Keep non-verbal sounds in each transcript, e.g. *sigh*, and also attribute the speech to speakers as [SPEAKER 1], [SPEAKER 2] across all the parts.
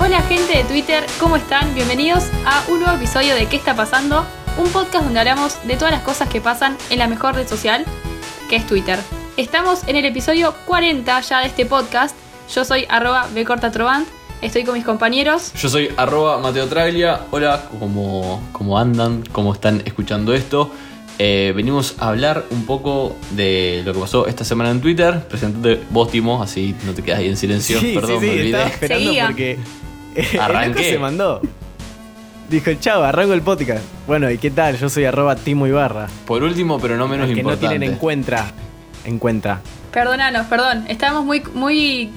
[SPEAKER 1] Hola gente de Twitter, ¿cómo están? Bienvenidos a un nuevo episodio de ¿Qué está pasando? Un podcast donde hablamos de todas las cosas que pasan en la mejor red social, que es Twitter. Estamos en el episodio 40 ya de este podcast. Yo soy arroba bcortatrovant, estoy con mis compañeros.
[SPEAKER 2] Yo soy arroba Mateo Traglia. Hola, ¿cómo, cómo andan? ¿Cómo están escuchando esto? Eh, venimos a hablar un poco de lo que pasó esta semana en Twitter. Presentate vos, Timo, así no te quedas ahí en silencio. Perdón, me olvidé.
[SPEAKER 3] *laughs* estaba esperando
[SPEAKER 1] Seguía.
[SPEAKER 3] porque eh, el
[SPEAKER 2] Arranqué.
[SPEAKER 3] loco se mandó. Dijo, chau, arranco el podcast. Bueno, ¿y qué tal? Yo soy arroba Timo Ibarra.
[SPEAKER 2] Por último, pero no menos
[SPEAKER 3] Los que
[SPEAKER 2] importante.
[SPEAKER 3] no tienen encuentra. Encuentra.
[SPEAKER 1] Perdónanos, perdón, estábamos muy, muy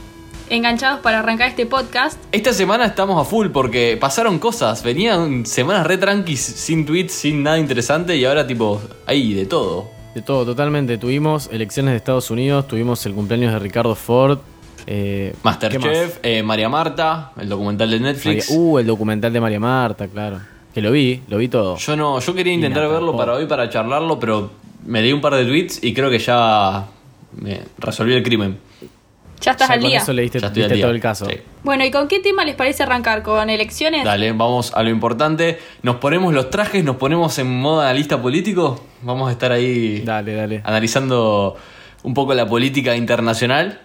[SPEAKER 1] enganchados para arrancar este podcast.
[SPEAKER 2] Esta semana estamos a full porque pasaron cosas. Venían semanas re tranquis, sin tweets, sin nada interesante y ahora tipo, hay de todo.
[SPEAKER 3] De todo, totalmente. Tuvimos elecciones de Estados Unidos, tuvimos el cumpleaños de Ricardo Ford. Eh, ¿qué más?
[SPEAKER 2] Masterchef, eh, María Marta, el documental de
[SPEAKER 3] María-
[SPEAKER 2] Netflix.
[SPEAKER 3] uh, el documental de María Marta, claro. Que lo vi, lo vi todo.
[SPEAKER 2] Yo no, yo quería intentar
[SPEAKER 3] nada,
[SPEAKER 2] verlo
[SPEAKER 3] tampoco.
[SPEAKER 2] para hoy, para charlarlo, pero me di un par de tweets y creo que ya me resolví el crimen.
[SPEAKER 1] Ya estás
[SPEAKER 3] Ya
[SPEAKER 1] al
[SPEAKER 3] con
[SPEAKER 1] día.
[SPEAKER 3] eso leíste,
[SPEAKER 2] Ya estoy al
[SPEAKER 3] viste
[SPEAKER 2] día.
[SPEAKER 3] todo el caso.
[SPEAKER 2] Sí.
[SPEAKER 1] Bueno, ¿y con qué tema les parece arrancar? ¿Con elecciones?
[SPEAKER 2] Dale, vamos a lo importante. Nos ponemos los trajes, nos ponemos en modo analista político. Vamos a estar ahí
[SPEAKER 3] Dale, dale.
[SPEAKER 2] analizando un poco la política internacional.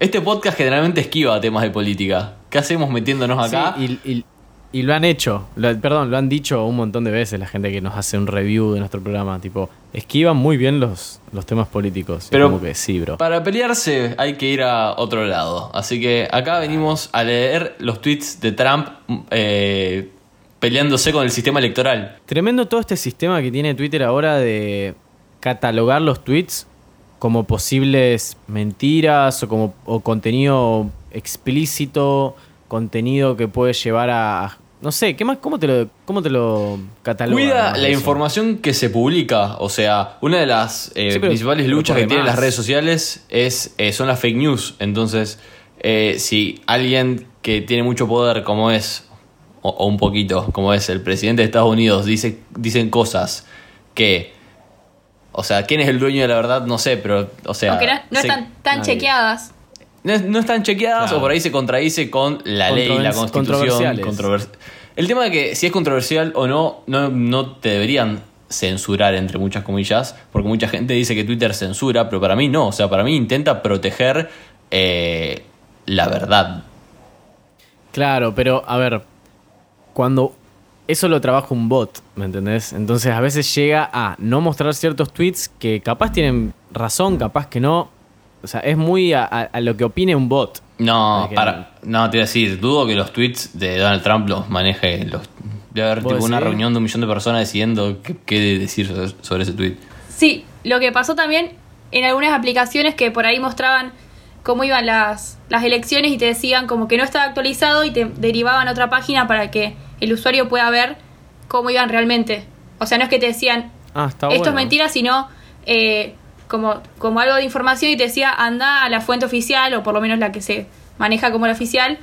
[SPEAKER 2] Este podcast generalmente esquiva temas de política. ¿Qué hacemos metiéndonos acá?
[SPEAKER 3] Sí, y, y- y lo han hecho, lo- perdón, lo han dicho un montón de veces la gente que nos hace un review de nuestro programa. Tipo, esquivan muy bien los, los temas políticos. Y
[SPEAKER 2] Pero-
[SPEAKER 3] como que sí, bro.
[SPEAKER 2] Para pelearse hay que ir a otro lado. Así que acá venimos a leer los tweets de Trump eh, peleándose con el sistema electoral.
[SPEAKER 3] Tremendo todo este sistema que tiene Twitter ahora de catalogar los tweets como posibles mentiras o como o contenido explícito, contenido que puede llevar a no sé, ¿qué más cómo te lo cómo te lo cataloga?
[SPEAKER 2] Cuida
[SPEAKER 3] además de
[SPEAKER 2] la
[SPEAKER 3] eso?
[SPEAKER 2] información que se publica. O sea, una de las eh,
[SPEAKER 3] Sí, pero-
[SPEAKER 2] principales
[SPEAKER 3] pero
[SPEAKER 2] luchas
[SPEAKER 3] por
[SPEAKER 2] que tienen
[SPEAKER 3] demás.
[SPEAKER 2] las redes sociales es, eh, son las fake news. Entonces, eh, si alguien que tiene mucho poder como es, o, o un poquito como es el presidente de Estados Unidos, dice, dicen cosas que... O sea, ¿quién es el dueño de la verdad? No sé, pero, o sea...
[SPEAKER 1] Aunque no, no
[SPEAKER 2] se-
[SPEAKER 1] están tan
[SPEAKER 3] nadie.
[SPEAKER 1] chequeadas.
[SPEAKER 2] no, es- no están chequeadas
[SPEAKER 3] Claro.
[SPEAKER 2] o por ahí se contradice con la ley, la
[SPEAKER 3] Controvers-
[SPEAKER 2] constitución.
[SPEAKER 3] controversiales.
[SPEAKER 2] controver- el tema de que si es controversial o no, no, no te deberían censurar, entre muchas comillas, porque mucha gente dice que Twitter censura, pero para mí no, o sea, para mí intenta proteger eh, la verdad.
[SPEAKER 3] Claro, pero a ver, cuando eso lo trabaja un bot, ¿me entendés? Entonces a veces llega a no mostrar ciertos tweets que capaz tienen razón, capaz que no. O sea, es muy a, a- a lo que opine un bot.
[SPEAKER 2] No,
[SPEAKER 3] Ok.
[SPEAKER 2] para, no, te iba a decir, dudo que los tweets de Donald Trump los maneje. Los, debe haber
[SPEAKER 3] ¿Vos
[SPEAKER 2] tipo, una
[SPEAKER 3] decís?
[SPEAKER 2] reunión de un millón de personas decidiendo qué, qué decir sobre- sobre ese tweet.
[SPEAKER 1] Sí, lo que pasó también en algunas aplicaciones que por ahí mostraban cómo iban las, las elecciones y te decían como que no estaba actualizado y te derivaban a otra página para que el usuario pueda ver cómo iban realmente. O sea, no es que te decían
[SPEAKER 3] Ah, está
[SPEAKER 1] esto es
[SPEAKER 3] bueno.
[SPEAKER 1] mentira, sino eh, como, como algo de información y te decía anda a la fuente oficial o por lo menos la que se maneja como la oficial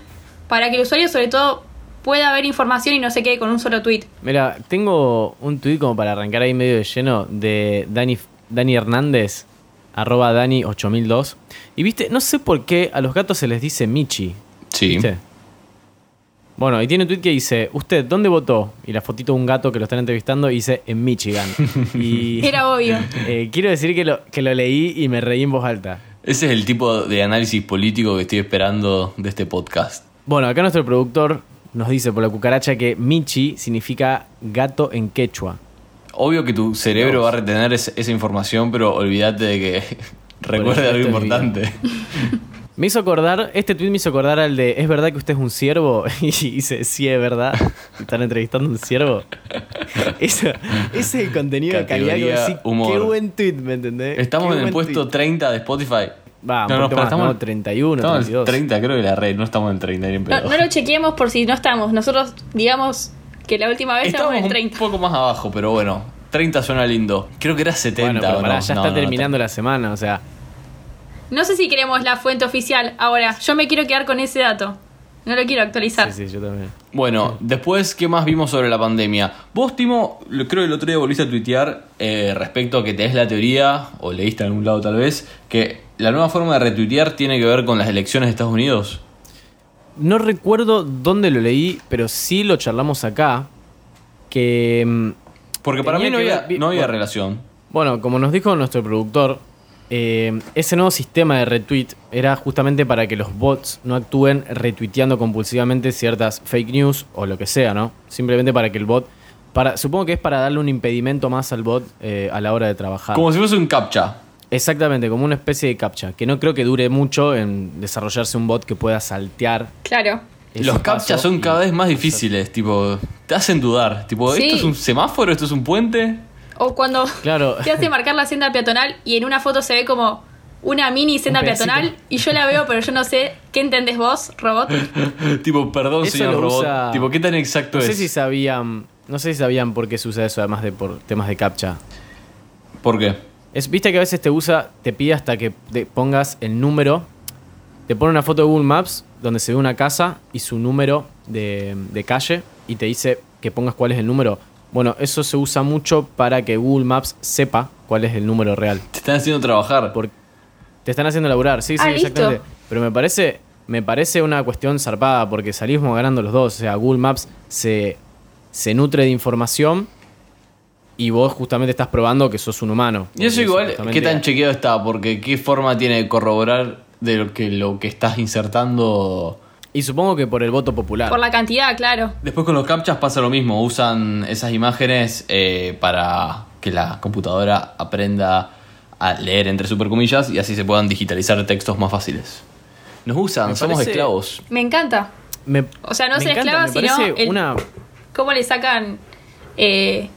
[SPEAKER 1] para que el usuario sobre todo pueda ver información y no se quede con un solo
[SPEAKER 3] *laughs*
[SPEAKER 1] tweet.
[SPEAKER 3] Mira, tengo un tweet como para arrancar ahí medio de lleno de Dani, Dani Hernández, arroba Dani8002. Y viste, no sé por qué a los gatos se les dice Michi.
[SPEAKER 2] Sí.
[SPEAKER 3] ¿Viste? Bueno, y tiene un tweet que dice, ¿usted dónde votó? Y la fotito de un gato que lo están entrevistando y dice,
[SPEAKER 2] *laughs*
[SPEAKER 3] en Michigan. Y
[SPEAKER 1] Era obvio.
[SPEAKER 3] eh, quiero decir que lo, que lo leí y me reí en voz alta.
[SPEAKER 2] Ese es el tipo de análisis político que estoy esperando de este podcast.
[SPEAKER 3] Bueno, acá nuestro productor nos dice por la cucaracha que Michi significa gato en quechua.
[SPEAKER 2] Obvio que tu cerebro va a retener es- esa información, pero olvídate de que *laughs* recuerde
[SPEAKER 3] el
[SPEAKER 2] algo
[SPEAKER 3] resto de mi vida.
[SPEAKER 2] importante.
[SPEAKER 3] Me hizo acordar, este tweet me hizo acordar al de, ¿es verdad que usted es un ciervo? *laughs* Y dice, sí, es verdad. Están entrevistando a un
[SPEAKER 2] *laughs*
[SPEAKER 3] ciervo. Eso- ese es el contenido de calidad que
[SPEAKER 2] Categoría
[SPEAKER 3] vos decís, Qué
[SPEAKER 2] humor.
[SPEAKER 3] buen tweet, ¿me entendés? *laughs* Qué
[SPEAKER 2] Estamos en el
[SPEAKER 3] buen
[SPEAKER 2] puesto
[SPEAKER 3] tweet.
[SPEAKER 2] 30 de Spotify.
[SPEAKER 3] Va, un poquito
[SPEAKER 2] espera,
[SPEAKER 3] más, no, 31,
[SPEAKER 2] estamos en
[SPEAKER 3] 32.
[SPEAKER 2] 30, creo que la red, no estamos en 30 ni en
[SPEAKER 1] No,
[SPEAKER 2] pedo.
[SPEAKER 1] no lo chequeemos por si no estamos. Nosotros, digamos, Que la última vez estábamos
[SPEAKER 2] Estamos
[SPEAKER 1] en
[SPEAKER 2] un
[SPEAKER 1] 30.
[SPEAKER 2] poco más abajo, pero bueno. 30 suena lindo. Creo que era 70.
[SPEAKER 3] Bueno, pero
[SPEAKER 2] ¿o
[SPEAKER 3] pará,
[SPEAKER 2] no?
[SPEAKER 3] ya
[SPEAKER 2] No,
[SPEAKER 3] está
[SPEAKER 2] no, no,
[SPEAKER 3] terminando la semana, o sea.
[SPEAKER 1] No sé si queremos la fuente oficial ahora. Yo me quiero quedar con ese dato. No lo quiero actualizar.
[SPEAKER 3] Sí, sí, yo también.
[SPEAKER 2] Bueno, después, ¿qué más vimos sobre la pandemia? Vos, Timo, lo- creo que el otro día volviste a tuitear eh, respecto a que tenés la teoría, o leíste en algún lado tal vez, que la nueva forma de retuitear tiene que ver con las elecciones de Estados Unidos.
[SPEAKER 3] No recuerdo dónde lo leí, pero sí lo charlamos acá. Que. mm,
[SPEAKER 2] Porque para mí
[SPEAKER 3] Tenía
[SPEAKER 2] no
[SPEAKER 3] que
[SPEAKER 2] había,
[SPEAKER 3] ver- vi-
[SPEAKER 2] no había
[SPEAKER 3] bueno.
[SPEAKER 2] relación.
[SPEAKER 3] Bueno, como nos dijo nuestro productor, eh, ese nuevo sistema de retweet era justamente para que los bots no actúen retuiteando compulsivamente ciertas fake news o lo que sea, ¿no? Simplemente para que el bot. Para, supongo que es para darle un impedimento más al bot eh, a la hora de trabajar.
[SPEAKER 2] Como si fuese un captcha.
[SPEAKER 3] Exactamente, como una especie de captcha, que no creo que dure mucho en desarrollarse un bot que pueda saltear.
[SPEAKER 1] Claro.
[SPEAKER 3] ese
[SPEAKER 2] Los
[SPEAKER 3] paso
[SPEAKER 2] captchas son
[SPEAKER 3] y-
[SPEAKER 2] cada vez más difíciles, tipo, te hacen dudar. Tipo,
[SPEAKER 1] Sí.
[SPEAKER 2] ¿esto es un semáforo? ¿Esto es un puente? *laughs*
[SPEAKER 1] O cuando
[SPEAKER 3] *laughs* Claro.
[SPEAKER 1] te hace marcar la senda peatonal y en una foto se ve como una mini senda
[SPEAKER 3] Un pedacito.
[SPEAKER 1] peatonal y yo la veo, pero yo no sé qué entendés vos, robot.
[SPEAKER 2] tipo, perdón,
[SPEAKER 3] Eso
[SPEAKER 2] señor
[SPEAKER 3] lo
[SPEAKER 2] robot.
[SPEAKER 3] usa-
[SPEAKER 2] Tipo, ¿qué tan exacto
[SPEAKER 3] No sé
[SPEAKER 2] es?
[SPEAKER 3] si sabían, no sé si sabían por qué se usa eso, además de por temas de captcha.
[SPEAKER 2] ¿Por qué?
[SPEAKER 3] Es, Viste que a veces te usa, te pide hasta que te pongas el número. Te pone una foto de Google Maps donde se ve una casa y su número de, de calle y te dice que pongas cuál es el número. Bueno, eso se usa mucho para que Google Maps sepa cuál es el número real.
[SPEAKER 2] Te están haciendo trabajar.
[SPEAKER 3] Porque te están haciendo laburar, sí, sí,
[SPEAKER 1] Ah, listo.
[SPEAKER 3] exactamente. Pero me parece, me parece una cuestión zarpada porque salimos ganando los dos. O sea, Google Maps se, se nutre de información y vos justamente estás probando que sos un humano.
[SPEAKER 2] Y eso
[SPEAKER 3] Porque
[SPEAKER 2] igual,
[SPEAKER 3] supuestamente-
[SPEAKER 2] ¿qué tan chequeado está? Porque qué forma tiene de corroborar de lo que lo que estás insertando.
[SPEAKER 3] Y supongo que por el voto popular.
[SPEAKER 1] Por la cantidad, claro.
[SPEAKER 2] Después con los captchas pasa lo mismo, usan esas imágenes eh, para que la computadora aprenda a leer entre supercomillas y así se puedan digitalizar textos más fáciles. Nos usan,
[SPEAKER 3] Me
[SPEAKER 2] somos
[SPEAKER 3] parece-
[SPEAKER 2] esclavos.
[SPEAKER 1] Me encanta.
[SPEAKER 3] Me-
[SPEAKER 1] O sea, no
[SPEAKER 3] me
[SPEAKER 1] ser
[SPEAKER 3] encanta,
[SPEAKER 1] esclava,
[SPEAKER 3] me
[SPEAKER 1] sino
[SPEAKER 3] parece
[SPEAKER 1] el-
[SPEAKER 3] una
[SPEAKER 1] ¿Cómo le sacan? eh,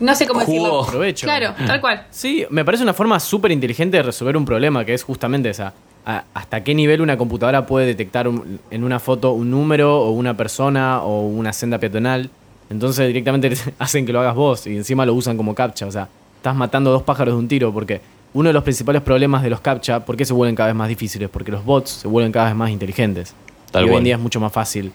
[SPEAKER 1] no sé cómo
[SPEAKER 2] Jugo.
[SPEAKER 1] decirlo.
[SPEAKER 3] provecho.
[SPEAKER 1] Claro, tal cual.
[SPEAKER 3] Sí, me parece una forma súper inteligente de resolver un problema, que es justamente esa. A- ¿Hasta qué nivel una computadora puede detectar un- en una foto un número o una persona o una senda peatonal? Entonces directamente *laughs* hacen que lo hagas vos y encima lo usan como captcha. O sea, estás matando dos pájaros de un tiro porque uno de los principales problemas de los captcha, ¿por qué se vuelven cada vez más difíciles? Porque los bots se vuelven cada vez más inteligentes.
[SPEAKER 2] Tal
[SPEAKER 3] y hoy
[SPEAKER 2] cual.
[SPEAKER 3] en día es mucho más fácil.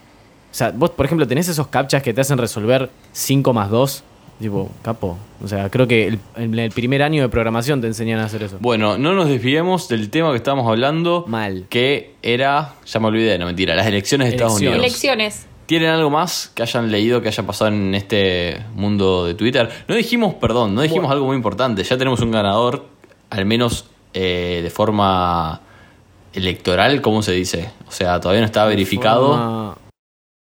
[SPEAKER 3] O sea, vos, por ejemplo, tenés esos captchas que te hacen resolver 5 más 2. Tipo, capo. O sea, creo que el- en el primer año de programación te enseñan a hacer eso.
[SPEAKER 2] Bueno, no nos desviemos del tema que estábamos hablando.
[SPEAKER 3] Mal.
[SPEAKER 2] Que era, ya me olvidé, no mentira, las elecciones de Estados
[SPEAKER 3] Elecciones.
[SPEAKER 2] Unidos.
[SPEAKER 1] Elecciones.
[SPEAKER 2] ¿Tienen algo más que hayan leído, que haya pasado en este mundo de Twitter? No dijimos, perdón, no dijimos
[SPEAKER 3] Bueno.
[SPEAKER 2] algo muy importante. Ya tenemos un ganador, al menos eh, de forma electoral, ¿cómo se dice? O sea, todavía no está verificado.
[SPEAKER 3] Forma-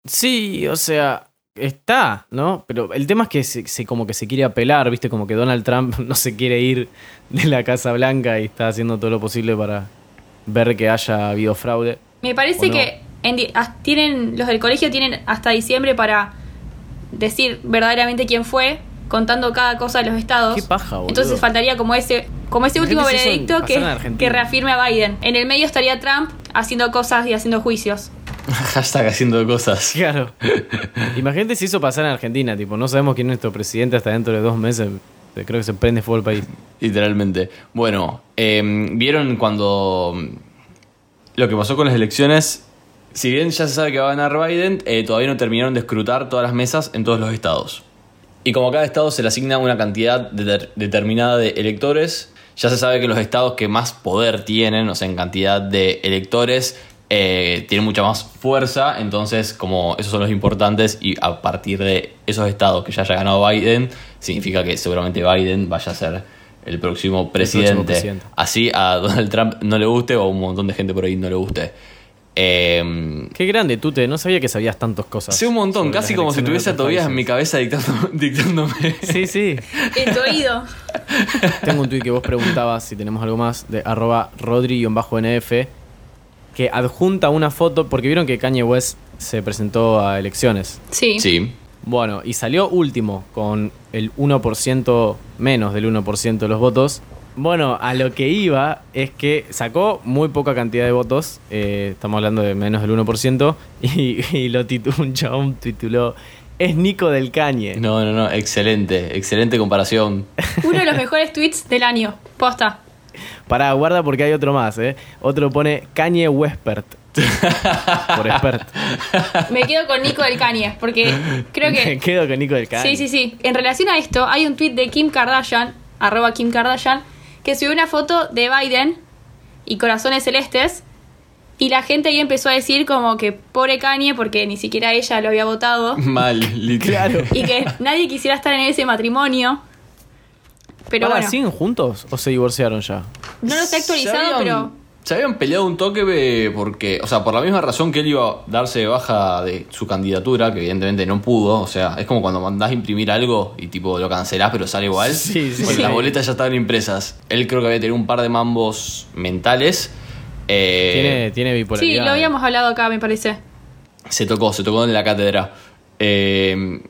[SPEAKER 3] Sí, o sea, está, ¿no? Pero el tema es que se, se- como que se quiere apelar, ¿viste? Como que Donald Trump *laughs* no se quiere ir de la Casa Blanca y está haciendo todo lo posible para ver que haya habido fraude.
[SPEAKER 1] Me parece
[SPEAKER 3] ¿O no?
[SPEAKER 1] que en di- as- tienen los del colegio tienen hasta diciembre para decir verdaderamente quién fue, contando cada cosa de los estados.
[SPEAKER 3] Qué paja, boludo.
[SPEAKER 1] Entonces faltaría como ese como ese último
[SPEAKER 3] Imagínate si eso
[SPEAKER 1] veredicto
[SPEAKER 3] pasara en
[SPEAKER 1] que,
[SPEAKER 3] Argentina.
[SPEAKER 1] que reafirme a Biden. En el medio estaría Trump haciendo cosas y haciendo juicios.
[SPEAKER 2] *laughs* Hashtag haciendo cosas.
[SPEAKER 3] *laughs* Claro. Imagínate si eso pasara en Argentina, tipo, no sabemos quién es nuestro presidente hasta dentro de dos meses. eh, Creo que se prende fuego el país.
[SPEAKER 2] Literalmente. Bueno, eh, vieron cuando mm, lo que pasó con las elecciones, si bien ya se sabe que va a ganar Biden, eh, todavía no terminaron de escrutar todas las mesas en todos los estados. Y como a cada estado se le asigna una cantidad de- determinada de electores, ya se sabe que los estados que más poder tienen, o sea, en cantidad de electores, eh, tienen mucha más fuerza, entonces como esos son los importantes y a partir de esos estados que ya haya ganado Biden, significa que seguramente Biden vaya a ser el próximo presidente.
[SPEAKER 3] presidente.
[SPEAKER 2] Así a *laughs* Donald Trump no le guste o a un montón de gente por ahí no le guste. Eh,
[SPEAKER 3] Qué grande, Tute. No sabía que sabías tantas cosas.
[SPEAKER 2] sé un montón,
[SPEAKER 3] sobre
[SPEAKER 2] casi
[SPEAKER 3] las
[SPEAKER 2] como si
[SPEAKER 3] elecciones
[SPEAKER 2] tuviese
[SPEAKER 3] de
[SPEAKER 2] a
[SPEAKER 3] otros
[SPEAKER 2] Tobías en mi
[SPEAKER 3] países.
[SPEAKER 2] cabeza dictando- *laughs* dictándome.
[SPEAKER 3] Sí, sí.
[SPEAKER 1] En tu oído.
[SPEAKER 3] Tengo un tuit que vos preguntabas si tenemos algo más de arroba rodri-nf que adjunta una foto, porque vieron que Kanye West se presentó a elecciones.
[SPEAKER 1] Sí.
[SPEAKER 2] Sí.
[SPEAKER 3] Bueno, y salió último, con el 1%, menos del 1% de los votos. Bueno, a lo que iba es que sacó muy poca cantidad de votos, *laughs* eh, estamos hablando de menos del 1%, y, y lo titu- un chabón tituló es Nico del Cañe.
[SPEAKER 2] No, no, no, excelente, excelente
[SPEAKER 3] *laughs*
[SPEAKER 2] comparación.
[SPEAKER 1] Uno de los mejores tweets del año. Posta.
[SPEAKER 3] Pará, guarda porque hay otro más, ¿eh? Otro pone
[SPEAKER 2] *laughs*
[SPEAKER 3] Cañe Wespert. Por expert.
[SPEAKER 1] Me quedo con Nico del Kanye, porque creo
[SPEAKER 3] *laughs* Me
[SPEAKER 1] que.
[SPEAKER 3] quedo con Nico del Cañe.
[SPEAKER 1] Sí, sí, sí. En relación a esto, hay un tweet de Kim Kardashian, arroba Kim Kardashian, que subió una foto de Biden y corazones celestes. Y la gente ahí empezó a decir como que pobre Kanye, porque ni siquiera ella lo había
[SPEAKER 3] *laughs*
[SPEAKER 1] votado.
[SPEAKER 2] Mal, literal.
[SPEAKER 3] Claro.
[SPEAKER 1] Y que nadie quisiera estar en ese matrimonio. Pero
[SPEAKER 3] Pará,
[SPEAKER 1] bueno,
[SPEAKER 3] ¿siguen juntos o se divorciaron ya?
[SPEAKER 1] no lo sé actualizado,
[SPEAKER 2] Se
[SPEAKER 1] pero.
[SPEAKER 2] habían- Se habían peleado un toque eh, porque, o sea, por la misma razón que él iba a darse de baja de su candidatura, que evidentemente no pudo, o sea, es como cuando mandás a imprimir algo y tipo lo cancelás pero sale igual.
[SPEAKER 3] Sí, sí,
[SPEAKER 2] Porque
[SPEAKER 3] sí.
[SPEAKER 2] las boletas ya estaban impresas. Él creo que había tenido un par de mambos mentales. eh,
[SPEAKER 3] tiene, tiene bipolaridad.
[SPEAKER 1] Sí, lo habíamos hablado acá, me parece.
[SPEAKER 2] Se tocó, se tocó en la cátedra. Eh,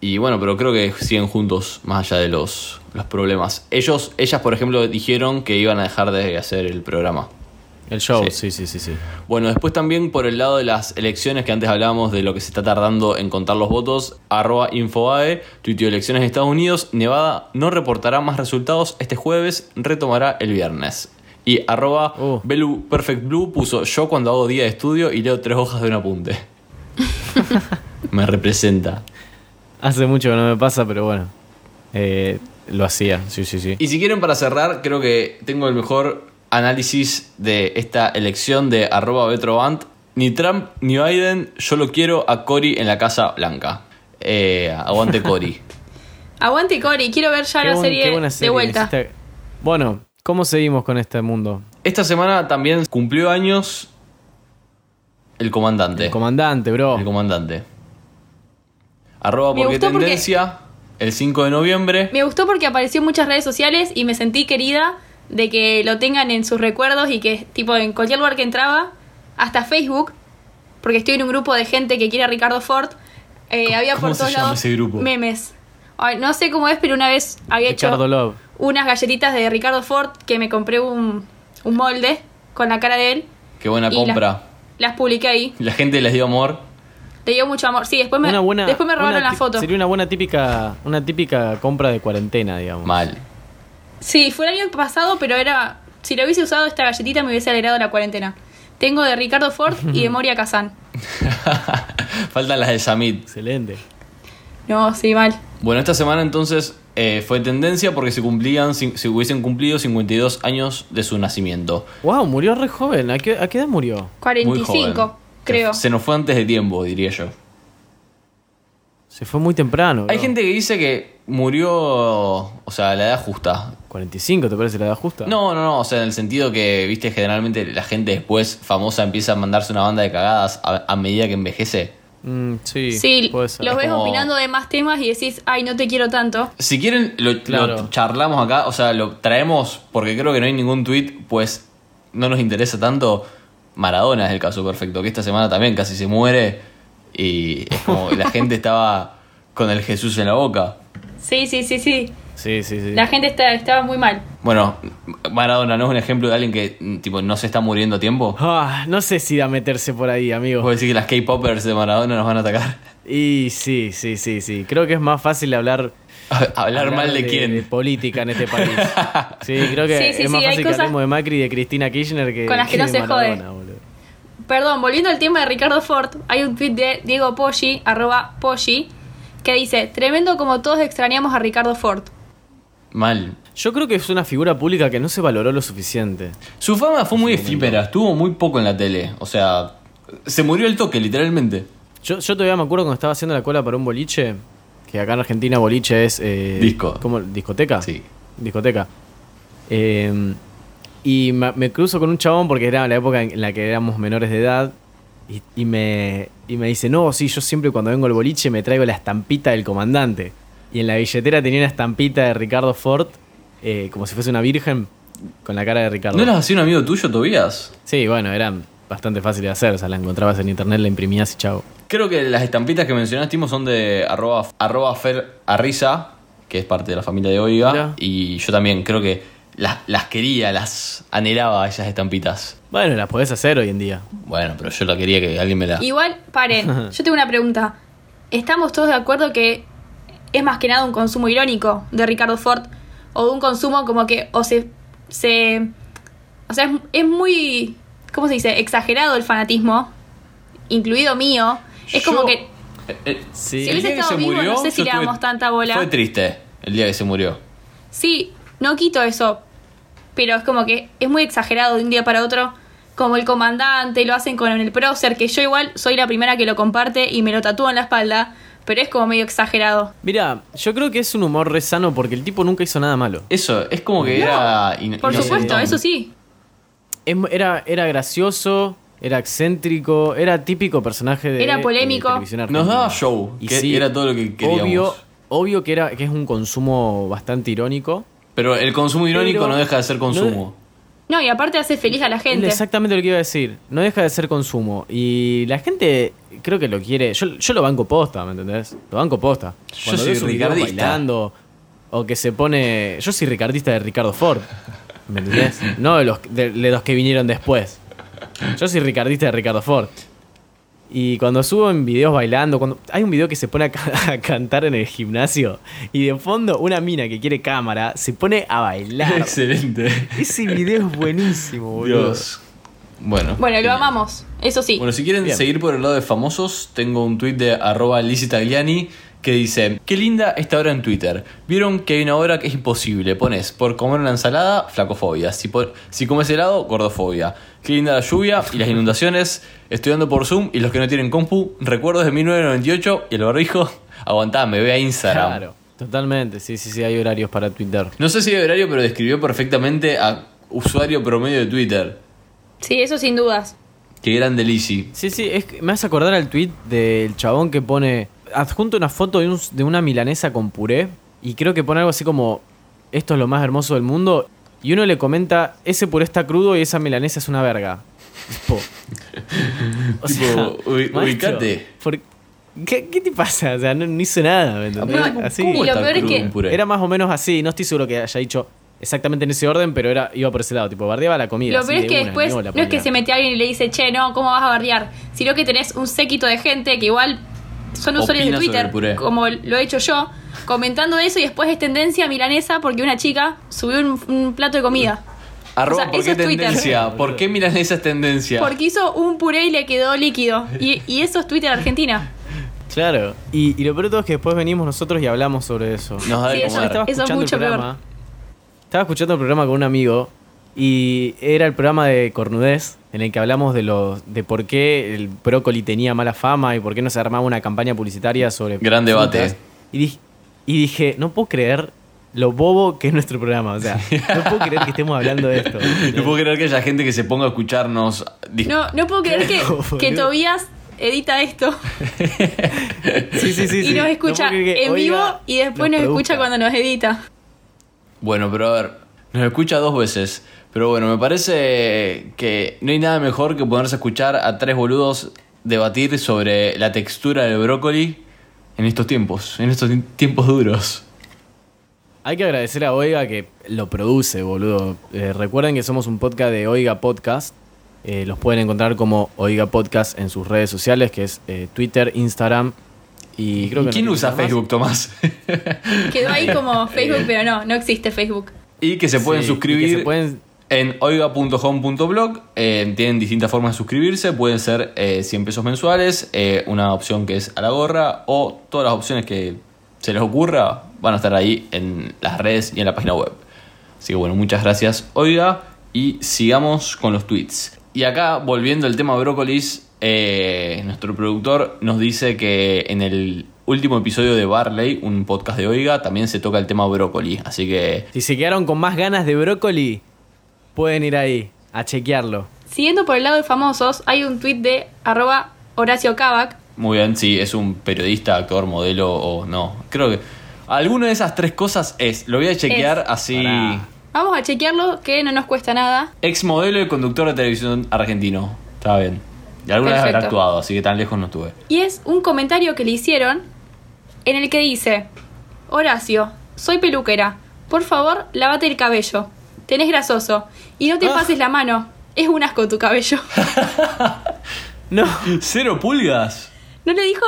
[SPEAKER 2] y bueno, pero creo que siguen juntos, más allá de los, los problemas. Ellos, ellas, por ejemplo, dijeron que iban a dejar de hacer el programa.
[SPEAKER 3] eh, El show,
[SPEAKER 2] Sí.
[SPEAKER 3] sí, sí, sí, sí.
[SPEAKER 2] Bueno, después también por el lado de las elecciones que antes hablábamos de lo que se está tardando en contar los votos, arroba infobae, tuiteó elecciones de Estados Unidos, Nevada no reportará más resultados este jueves, retomará el viernes. Y arroba
[SPEAKER 3] Uh.
[SPEAKER 2] Belu Perfect Blue puso yo cuando hago día de estudio y leo tres hojas de un apunte. Me representa.
[SPEAKER 3] Hace mucho que no me pasa, pero bueno. Eh, lo hacía, sí, sí, sí.
[SPEAKER 2] Y si quieren para cerrar, creo que tengo el mejor análisis de esta elección de arroba Betrovant. Ni Trump ni Biden, yo lo quiero a Cory en la Casa Blanca. Eh, aguante
[SPEAKER 1] *laughs*
[SPEAKER 2] Cory.
[SPEAKER 1] Aguante, Cory, quiero ver ya la
[SPEAKER 3] buen-
[SPEAKER 1] serie,
[SPEAKER 3] buena
[SPEAKER 1] de
[SPEAKER 3] serie,
[SPEAKER 1] vuelta.
[SPEAKER 3] hiciste- Bueno, ¿cómo seguimos con este mundo?
[SPEAKER 2] Esta semana también cumplió años el comandante.
[SPEAKER 3] El comandante, bro.
[SPEAKER 2] El comandante. Arroba
[SPEAKER 1] Me
[SPEAKER 2] porque
[SPEAKER 1] gustó porque-
[SPEAKER 2] tendencia, el 5 de noviembre.
[SPEAKER 1] Me gustó porque apareció en muchas redes sociales y me sentí querida de que lo tengan en sus recuerdos y que, tipo, en cualquier lugar que entraba, hasta Facebook, porque estoy en un grupo de gente que quiere a Ricardo Ford, eh, había
[SPEAKER 2] cómo
[SPEAKER 1] por
[SPEAKER 2] se
[SPEAKER 1] todos
[SPEAKER 2] llama
[SPEAKER 1] lados
[SPEAKER 2] ese grupo?
[SPEAKER 1] memes. Ay, no sé cómo es, pero una vez había
[SPEAKER 3] Ricardo
[SPEAKER 1] hecho
[SPEAKER 3] Love.
[SPEAKER 1] unas galletitas de Ricardo Ford que me compré un, un molde con la cara de él.
[SPEAKER 2] Qué buena
[SPEAKER 1] y las-
[SPEAKER 2] compra.
[SPEAKER 1] Las publiqué ahí.
[SPEAKER 2] La gente les dio amor.
[SPEAKER 1] Te dio mucho amor. Sí, después me,
[SPEAKER 3] Una buena,
[SPEAKER 1] después me robaron
[SPEAKER 3] una
[SPEAKER 1] la
[SPEAKER 3] ti-
[SPEAKER 1] foto.
[SPEAKER 3] Sería una buena típica, una típica compra de cuarentena, digamos.
[SPEAKER 2] Mal. *laughs*
[SPEAKER 1] Sí, fue el año pasado, pero era. Si lo hubiese usado esta galletita, me hubiese alegrado la cuarentena. Tengo de Ricardo Ford y
[SPEAKER 3] *laughs*
[SPEAKER 1] de Moria Kazan.
[SPEAKER 2] Faltan las de Samit.
[SPEAKER 3] Excelente.
[SPEAKER 1] No, sí, mal.
[SPEAKER 2] Bueno, esta semana entonces eh, fue tendencia porque se cumplían, si, se hubiesen cumplido 52 años de su nacimiento.
[SPEAKER 3] Wow, murió re joven. ¿A qué, a qué edad murió?
[SPEAKER 2] Muy joven.
[SPEAKER 1] 45, creo.
[SPEAKER 2] Se, se nos fue antes de tiempo, diría yo.
[SPEAKER 3] Se fue muy temprano.
[SPEAKER 2] Hay
[SPEAKER 3] bro.
[SPEAKER 2] gente que dice que murió, o sea, a la edad justa.
[SPEAKER 3] 45, ¿te parece la edad justa?
[SPEAKER 2] No, no, no, o sea, en el sentido que, viste, generalmente la gente después famosa empieza a mandarse una banda de cagadas a, a medida que envejece.
[SPEAKER 3] Mm, sí,
[SPEAKER 1] sí,
[SPEAKER 3] puede ser.
[SPEAKER 1] los ves
[SPEAKER 2] como-
[SPEAKER 1] opinando de más temas y decís, ay, no te quiero tanto.
[SPEAKER 2] Si quieren, lo,
[SPEAKER 3] Claro.
[SPEAKER 2] lo charlamos acá, o sea, lo traemos porque creo que no hay ningún tweet, pues no nos interesa tanto. Maradona es el caso perfecto, que esta semana también casi se muere y es como que la gente estaba con el Jesús en la boca.
[SPEAKER 1] Sí, sí, sí, sí.
[SPEAKER 3] Sí, sí, sí.
[SPEAKER 1] La gente está, estaba muy mal.
[SPEAKER 2] Bueno, Maradona no es un ejemplo de alguien que mm, tipo no se está muriendo a tiempo.
[SPEAKER 3] Ah, no sé si da meterse por ahí, amigo.
[SPEAKER 2] ¿Puedo decir que las K-Poppers de Maradona nos van a atacar?
[SPEAKER 3] Y sí, sí, sí, sí. Creo que es más fácil hablar.
[SPEAKER 2] Hablar mal de,
[SPEAKER 3] De
[SPEAKER 2] quién.
[SPEAKER 3] política en
[SPEAKER 2] *laughs*
[SPEAKER 3] este país. sí, creo que
[SPEAKER 1] Sí, sí,
[SPEAKER 3] es más
[SPEAKER 1] sí, hay cosas-
[SPEAKER 3] fácil que hablemos de Macri y de Cristina Kirchner que.
[SPEAKER 1] Con las que no
[SPEAKER 3] de
[SPEAKER 1] se jode.
[SPEAKER 3] Maradona, boludo.
[SPEAKER 1] Perdón, volviendo al tema de Ricardo Ford, hay un tweet de Diego Poggi, arroba Poggi, que dice, tremendo como todos extrañamos a Ricardo Ford.
[SPEAKER 2] Mal.
[SPEAKER 3] Yo creo que es una figura pública que no se valoró lo suficiente.
[SPEAKER 2] Su fama fue muy efímera, estuvo muy poco en la tele. O sea, se murió el toque, literalmente.
[SPEAKER 3] Yo, yo todavía me acuerdo cuando estaba haciendo la cola para un boliche, que acá en Argentina boliche es... eh,
[SPEAKER 2] Disco.
[SPEAKER 3] ¿Cómo? ¿Discoteca?
[SPEAKER 2] Sí.
[SPEAKER 3] Discoteca. Eh, y ma- me, cruzo con un chabón porque era la época en la que éramos menores de edad. Y, y me, y me dice, no, sí, yo siempre cuando vengo al boliche me traigo la estampita del comandante. Y en la billetera tenía una estampita de Ricardo Ford, eh, como si fuese una virgen, con la cara de Ricardo.
[SPEAKER 2] ¿No eras así un amigo tuyo, Tobías?
[SPEAKER 3] Sí, bueno, eran bastante fáciles de hacer. O sea, la encontrabas en internet, la imprimías y chao.
[SPEAKER 2] Creo que las estampitas que mencionaste Timo, son de arroba, arroba Fer Arriza, que es parte de la familia de Oiga.
[SPEAKER 3] Mirá.
[SPEAKER 2] Y yo también creo que las, las quería, las anhelaba esas estampitas.
[SPEAKER 3] Bueno, las podés hacer hoy en día.
[SPEAKER 2] Ah. Bueno, pero yo la quería que alguien me la...
[SPEAKER 1] Igual, paren, yo tengo una pregunta. estamos todos de acuerdo que es más que nada un consumo irónico de Ricardo Ford, o un consumo como que o se... se o sea, es, es muy, ¿cómo se dice? Exagerado el fanatismo, incluido mío. Es como
[SPEAKER 2] Yo-
[SPEAKER 1] que
[SPEAKER 2] Eh, eh,
[SPEAKER 3] Sí.
[SPEAKER 1] Si
[SPEAKER 2] el
[SPEAKER 1] hubiese
[SPEAKER 2] día que
[SPEAKER 1] estado
[SPEAKER 2] se
[SPEAKER 1] vivo,
[SPEAKER 2] murió,
[SPEAKER 1] no sé
[SPEAKER 2] yo
[SPEAKER 1] si le damos
[SPEAKER 2] estuve-
[SPEAKER 1] tanta bola.
[SPEAKER 2] Fue triste el día que se murió.
[SPEAKER 1] Sí, no quito eso. Pero es como que es muy exagerado de un día para otro. Como el comandante, lo hacen con el prócer, que yo igual soy la primera que lo comparte y me lo tatúa en la espalda. Pero es como medio exagerado.
[SPEAKER 3] Mira, yo creo que es un humor re sano porque el tipo nunca hizo nada malo.
[SPEAKER 2] Eso, es como que
[SPEAKER 1] No,
[SPEAKER 2] era. in-
[SPEAKER 1] Por
[SPEAKER 2] inocentón.
[SPEAKER 1] supuesto, eso sí.
[SPEAKER 3] Es mu- era, era gracioso, era excéntrico, era típico personaje de.
[SPEAKER 1] Era
[SPEAKER 3] eh,
[SPEAKER 1] polémico.
[SPEAKER 3] televisión
[SPEAKER 2] Nos
[SPEAKER 3] argentina.
[SPEAKER 2] daba show, que era todo lo que queríamos.
[SPEAKER 3] Obvio, obvio que, era, que es un consumo bastante irónico.
[SPEAKER 2] Pero el consumo irónico
[SPEAKER 3] Pero-
[SPEAKER 2] no deja de ser consumo.
[SPEAKER 1] No, y aparte hace feliz a la gente.
[SPEAKER 3] Exactamente lo que iba a decir. No deja de ser consumo. Y la gente creo que lo quiere. Yo, yo lo banco posta, ¿me entendés? Lo banco posta.
[SPEAKER 2] Yo
[SPEAKER 3] Cuando
[SPEAKER 2] soy
[SPEAKER 3] ves un video
[SPEAKER 2] ricardista.
[SPEAKER 3] bailando, o que se pone. Yo soy ricardista de Ricardo Ford. ¿Me entendés? no de los, de, de los que vinieron después. Yo soy ricardista de Ricardo Ford. Y cuando subo en videos bailando, cuando hay un video que se pone a, ca- *laughs* a cantar en el gimnasio y de fondo una mina que quiere cámara se pone
[SPEAKER 2] *laughs*
[SPEAKER 3] a bailar.
[SPEAKER 2] Excelente.
[SPEAKER 3] Ese video es buenísimo, boludo.
[SPEAKER 2] Dios. Bueno.
[SPEAKER 1] Bueno, lo amamos. Eso sí.
[SPEAKER 2] Bueno, si quieren
[SPEAKER 3] Bien.
[SPEAKER 2] seguir por el lado de famosos, tengo un tuit de arroba Lizzy Tagliani que dice, qué linda esta hora en Twitter. Vieron que hay una hora que es imposible. Pones, por comer una ensalada, flacofobia. Si, por- si comes helado, gordofobia. Qué linda la lluvia y las inundaciones. Estudiando por Zoom y los que no tienen compu. Recuerdos de 1998 y el barrijo. *laughs* Aguantá, me ve a Instagram.
[SPEAKER 3] Claro, totalmente, sí, sí, sí, hay horarios para Twitter.
[SPEAKER 2] No sé si de horario, pero describió perfectamente a usuario promedio de Twitter.
[SPEAKER 1] Sí, eso sin dudas.
[SPEAKER 2] Qué grande Lizzy.
[SPEAKER 3] Sí, sí, es que me hace acordar al tweet del chabón que pone, adjunto una foto de, un- de una milanesa con puré y creo que pone algo así como, esto es lo más hermoso del mundo y uno le comenta, ese puré está crudo y esa milanesa es una verga. Tipo, o
[SPEAKER 2] Tipo, ubi- ubicate.
[SPEAKER 3] ¿por ¿Qué, qué te pasa? O sea, no, no hizo nada, ¿me entendés?
[SPEAKER 1] Aparte,
[SPEAKER 3] Así.
[SPEAKER 1] ¿cómo Y lo
[SPEAKER 2] Está
[SPEAKER 1] peor es
[SPEAKER 2] crudo
[SPEAKER 1] que-
[SPEAKER 2] un puré.
[SPEAKER 3] Era más o menos así, no estoy seguro que haya dicho exactamente en ese orden, pero era iba por ese lado, tipo, bardeaba la comida.
[SPEAKER 1] lo
[SPEAKER 3] así
[SPEAKER 1] peor es
[SPEAKER 3] de
[SPEAKER 1] que
[SPEAKER 3] una,
[SPEAKER 1] después
[SPEAKER 3] ni
[SPEAKER 1] no,
[SPEAKER 3] hola,
[SPEAKER 1] es que
[SPEAKER 3] ponía.
[SPEAKER 1] se mete alguien y le dice, che, no, ¿cómo vas a bardear? Sino que tenés un séquito de gente que igual son usuarios de
[SPEAKER 2] Opina sobre el puré.
[SPEAKER 1] Twitter, como lo he hecho yo, comentando eso y después es tendencia milanesa porque una chica subió un, un plato de comida. O
[SPEAKER 2] Arroba,
[SPEAKER 1] sea,
[SPEAKER 2] ¿por
[SPEAKER 1] eso
[SPEAKER 2] qué
[SPEAKER 1] es Twitter.
[SPEAKER 2] tendencia? ¿Por qué miran esas tendencias?
[SPEAKER 1] Porque hizo un puré y le quedó líquido. Y, y eso es Twitter Argentina.
[SPEAKER 3] Claro. Y, y lo peor de todo es que después venimos nosotros y hablamos sobre eso.
[SPEAKER 2] Nos da
[SPEAKER 1] Sí,
[SPEAKER 2] de
[SPEAKER 1] eso
[SPEAKER 2] comer.
[SPEAKER 3] Estaba
[SPEAKER 1] Eso es
[SPEAKER 3] escuchando
[SPEAKER 1] mucho
[SPEAKER 3] el
[SPEAKER 1] peor.
[SPEAKER 3] programa. Estaba escuchando el programa con un amigo y era el programa de Cornudez en el que hablamos de los de por qué el brócoli tenía mala fama y por qué no se armaba una campaña publicitaria sobre
[SPEAKER 2] Gran debate.
[SPEAKER 3] frutas. Y dije, y dije, no puedo creer lo bobo que es nuestro programa,
[SPEAKER 2] *laughs*
[SPEAKER 3] o sea, no puedo creer que estemos hablando de esto.
[SPEAKER 2] No puedo creer que haya gente que se ponga a escucharnos. Dis-
[SPEAKER 1] No, no puedo creer que,
[SPEAKER 3] Claro, boludo.
[SPEAKER 1] que Tobías edita esto
[SPEAKER 3] Sí, sí, sí,
[SPEAKER 1] y
[SPEAKER 3] sí.
[SPEAKER 1] nos escucha
[SPEAKER 3] No puedo creer que
[SPEAKER 1] en vivo
[SPEAKER 3] Oiga
[SPEAKER 1] y después nos escucha
[SPEAKER 3] produzca.
[SPEAKER 1] cuando nos edita.
[SPEAKER 2] Bueno, pero a ver, nos escucha dos veces. Pero bueno, me parece que no hay nada mejor que ponerse a escuchar a tres boludos debatir sobre la textura del brócoli en estos tiempos, en estos tiempos duros.
[SPEAKER 3] Hay que agradecer a Oiga que lo produce, boludo. Eh, recuerden que somos un podcast de Oiga Podcast. Eh, los pueden encontrar como Oiga Podcast en sus redes sociales, que es eh, Twitter, Instagram y creo que... no
[SPEAKER 2] ¿Quién
[SPEAKER 3] tiene
[SPEAKER 2] usa
[SPEAKER 3] nada más.
[SPEAKER 2] Facebook, Tomás? *laughs*
[SPEAKER 1] Quedó ahí
[SPEAKER 3] *laughs*
[SPEAKER 1] como
[SPEAKER 3] Eh.
[SPEAKER 1] Facebook, pero no, no existe Facebook.
[SPEAKER 2] y que se pueden
[SPEAKER 3] Sí, y que
[SPEAKER 2] suscribir.
[SPEAKER 3] se pueden-
[SPEAKER 2] En oiga.home.blog eh, tienen distintas formas de suscribirse, pueden ser eh, 100 pesos mensuales, eh, una opción que es a la gorra o todas las opciones que se les ocurra van a estar ahí en las redes y en la página web. Así que bueno, muchas gracias Oiga y sigamos con los tweets. Y acá volviendo al tema brócolis, eh, nuestro productor nos dice que en el último episodio de Barley, un podcast de Oiga, también se toca el tema brócoli, así que
[SPEAKER 3] Si se quedaron con más ganas de brócoli, pueden ir ahí
[SPEAKER 2] *laughs*
[SPEAKER 3] a chequearlo.
[SPEAKER 1] Siguiendo por el lado de famosos, hay un tweet de arroba Horacio Kavak.
[SPEAKER 2] Muy bien, sí, es un periodista, actor, modelo o no. Creo que alguna de esas tres cosas es. Lo voy a chequear
[SPEAKER 1] Es.
[SPEAKER 2] así.
[SPEAKER 3] Pará.
[SPEAKER 1] Vamos a chequearlo, que no nos cuesta nada.
[SPEAKER 2] Ex modelo y conductor de televisión argentino. Está bien. Y alguna vez habrá
[SPEAKER 1] Perfecto.
[SPEAKER 2] actuado, así que tan lejos no estuve.
[SPEAKER 1] Y es un comentario que le hicieron en el que dice, Horacio, soy peluquera, por favor, lávate el cabello, tenés grasoso, y no te
[SPEAKER 3] Ah.
[SPEAKER 1] pases la
[SPEAKER 3] *laughs*
[SPEAKER 1] mano, es un asco tu cabello.
[SPEAKER 2] *laughs*
[SPEAKER 3] No,
[SPEAKER 2] ¿Cero pulgas?
[SPEAKER 1] No le dijo,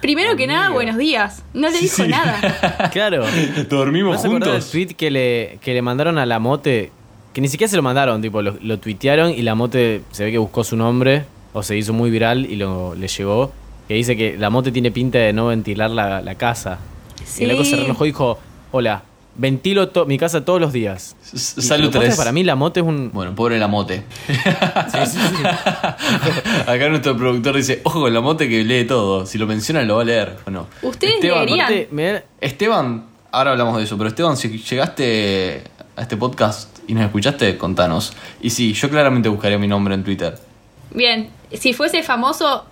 [SPEAKER 1] primero que nada, buenos días. No le dijo
[SPEAKER 2] sí.
[SPEAKER 1] nada.
[SPEAKER 3] Claro.
[SPEAKER 2] Dormimos
[SPEAKER 3] ¿No se acordás
[SPEAKER 2] juntos.
[SPEAKER 3] del tweet que le, que le mandaron a la mote? Que ni siquiera se lo mandaron, tipo, lo, lo tuitearon y la mote se ve que buscó su nombre o se hizo muy viral y lo, le llegó. Que dice que la mote tiene pinta de no ventilar la, la casa. *laughs* Y la cosa se
[SPEAKER 1] Sí.
[SPEAKER 3] relojó y dijo: Hola, ventilo to- mi casa todos los días.
[SPEAKER 2] S-
[SPEAKER 3] Y
[SPEAKER 2] Salud
[SPEAKER 3] lo que pasa es
[SPEAKER 2] 3.
[SPEAKER 3] que Para mí, la mote
[SPEAKER 2] *laughs*
[SPEAKER 3] es un.
[SPEAKER 2] Bueno, pobre la mote. Acá nuestro productor dice, ojo con la mote que lee todo. Si lo mencionan lo va a leer. ¿o no?
[SPEAKER 1] Ustedes
[SPEAKER 2] Esteban,
[SPEAKER 1] leerían.
[SPEAKER 3] Aparte, me da-
[SPEAKER 2] Esteban, ahora hablamos de eso, pero Esteban, si llegaste a este podcast y nos escuchaste, contanos. Y sí, yo claramente buscaría mi nombre en Twitter.
[SPEAKER 1] Bien, si fuese famoso,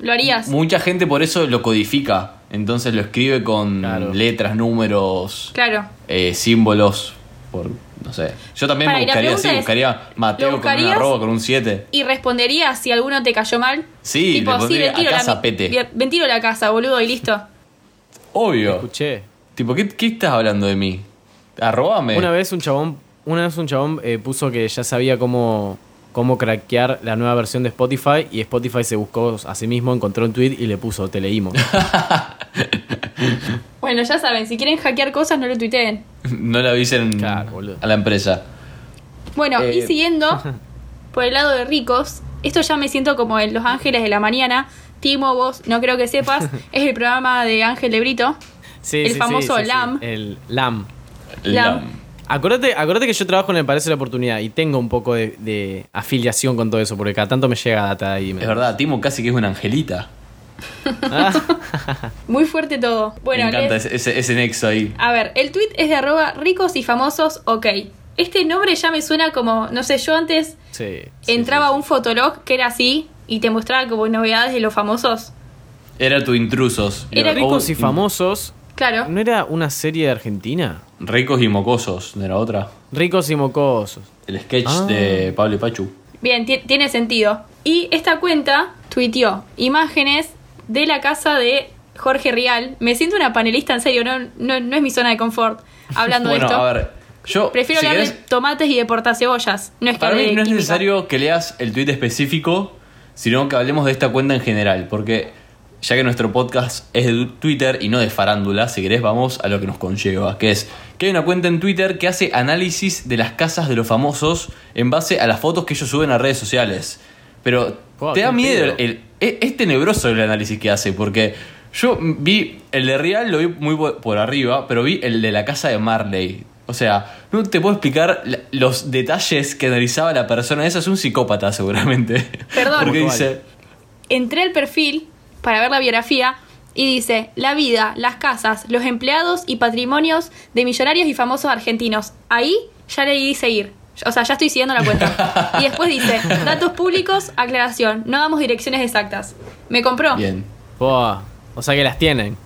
[SPEAKER 1] lo harías.
[SPEAKER 2] Mucha gente por eso lo codifica. Entonces lo escribe con
[SPEAKER 3] Claro.
[SPEAKER 2] letras, números,
[SPEAKER 1] Claro.
[SPEAKER 2] eh, símbolos. Por, no sé. Yo también
[SPEAKER 1] Pará,
[SPEAKER 2] me
[SPEAKER 1] y la
[SPEAKER 2] buscaría
[SPEAKER 1] pregunta
[SPEAKER 2] así,
[SPEAKER 1] es,
[SPEAKER 2] buscaría
[SPEAKER 1] ¿lo
[SPEAKER 2] Mateo con un
[SPEAKER 1] buscarías?
[SPEAKER 2] arroba, con un 7.
[SPEAKER 1] Y respondería si alguno te cayó mal.
[SPEAKER 2] Sí, le pondría a casa
[SPEAKER 1] mi-
[SPEAKER 2] pete.
[SPEAKER 1] vi- ventilo la casa, boludo, y listo.
[SPEAKER 2] Obvio.
[SPEAKER 3] escuché.
[SPEAKER 2] Tipo, ¿qué, qué estás hablando de mí? Arrobame.
[SPEAKER 3] Una vez un chabón, una vez un chabón eh, puso que ya sabía cómo, cómo craquear la nueva versión de Spotify y Spotify se buscó a sí mismo, encontró un tweet y le puso,
[SPEAKER 2] *laughs*
[SPEAKER 3] te leímos.
[SPEAKER 1] Bueno, ya saben, si quieren hackear cosas, no lo tuiteen.
[SPEAKER 2] *laughs* No le avisen
[SPEAKER 3] Claro, boludo.
[SPEAKER 2] a la empresa.
[SPEAKER 1] Bueno, y
[SPEAKER 2] *laughs*
[SPEAKER 3] Eh.
[SPEAKER 1] siguiendo por el lado de ricos, esto ya me siento como en Los Ángeles de la Mañana. Timo, vos no creo que
[SPEAKER 2] *laughs*
[SPEAKER 1] sepas, es el programa de Ángel Lebrito.
[SPEAKER 3] Sí,
[SPEAKER 1] El famoso LAM.
[SPEAKER 3] El LAM.
[SPEAKER 1] La-
[SPEAKER 3] Acordate, acordate que yo trabajo en el Palacio de la Oportunidad y tengo un poco de, de afiliación con todo eso, porque cada tanto me llega data ahí. me-
[SPEAKER 2] Es verdad, Timo casi que es una angelita.
[SPEAKER 1] Muy fuerte todo. Bueno,
[SPEAKER 2] Me encanta
[SPEAKER 1] les-
[SPEAKER 2] ese, ese- ese nexo ahí.
[SPEAKER 1] a ver, el tweet es de arroba ricos y famosos, ok. Este nombre ya me suena como, no sé, yo antes
[SPEAKER 3] Sí, sí,
[SPEAKER 1] entraba
[SPEAKER 3] sí.
[SPEAKER 1] a un fotolog que era así y te mostraba como novedades de los famosos.
[SPEAKER 2] Era tu intrusos.
[SPEAKER 1] Era-
[SPEAKER 3] Ricos
[SPEAKER 2] O-
[SPEAKER 3] y famosos.
[SPEAKER 1] Claro.
[SPEAKER 3] ¿No era una serie de Argentina?
[SPEAKER 2] Ricos y mocosos, de la otra.
[SPEAKER 3] Ricos y mocosos.
[SPEAKER 2] El sketch
[SPEAKER 3] Ah.
[SPEAKER 2] de Pablo y Pachu.
[SPEAKER 1] Bien, ti- tiene sentido. Y esta cuenta tuiteó imágenes de la casa de Jorge Rial. Me siento una panelista en serio, no, no, no es mi zona de confort hablando
[SPEAKER 2] Bueno,
[SPEAKER 1] de esto.
[SPEAKER 2] a ver. Yo,
[SPEAKER 1] Prefiero
[SPEAKER 2] si
[SPEAKER 1] hablar
[SPEAKER 2] querés-
[SPEAKER 1] de tomates y de portacebollas. No es que
[SPEAKER 2] Para
[SPEAKER 1] hable
[SPEAKER 2] mí
[SPEAKER 1] de
[SPEAKER 2] no es
[SPEAKER 1] química.
[SPEAKER 2] necesario que leas el tweet específico, sino que hablemos de esta cuenta en general, porque ya que nuestro podcast es de Twitter y no de farándula, si querés vamos a lo que nos conlleva, que es que hay una cuenta en Twitter que hace análisis de las casas de los famosos en base a las fotos que ellos suben a redes sociales. Pero
[SPEAKER 3] Wow,
[SPEAKER 2] te da
[SPEAKER 3] qué
[SPEAKER 2] miedo,
[SPEAKER 3] pedo.
[SPEAKER 2] el- es, E, es tenebroso el análisis que hace, porque yo vi el de Real, lo vi muy por por arriba, pero vi el de la casa de Marley. O sea, no te puedo explicar la- los detalles que analizaba la persona. Esa es un psicópata, seguramente.
[SPEAKER 1] Perdón.
[SPEAKER 2] *laughs* Porque
[SPEAKER 3] Igual.
[SPEAKER 2] dice,
[SPEAKER 1] Entré al perfil para ver la biografía y dice la vida, las casas, los empleados y patrimonios de millonarios y famosos argentinos. Ahí ya le di seguir. O sea, ya estoy siguiendo la cuenta. Y después dice, datos públicos, aclaración, no damos direcciones exactas. Me compró.
[SPEAKER 2] bien.
[SPEAKER 3] Buah, O sea que las tienen.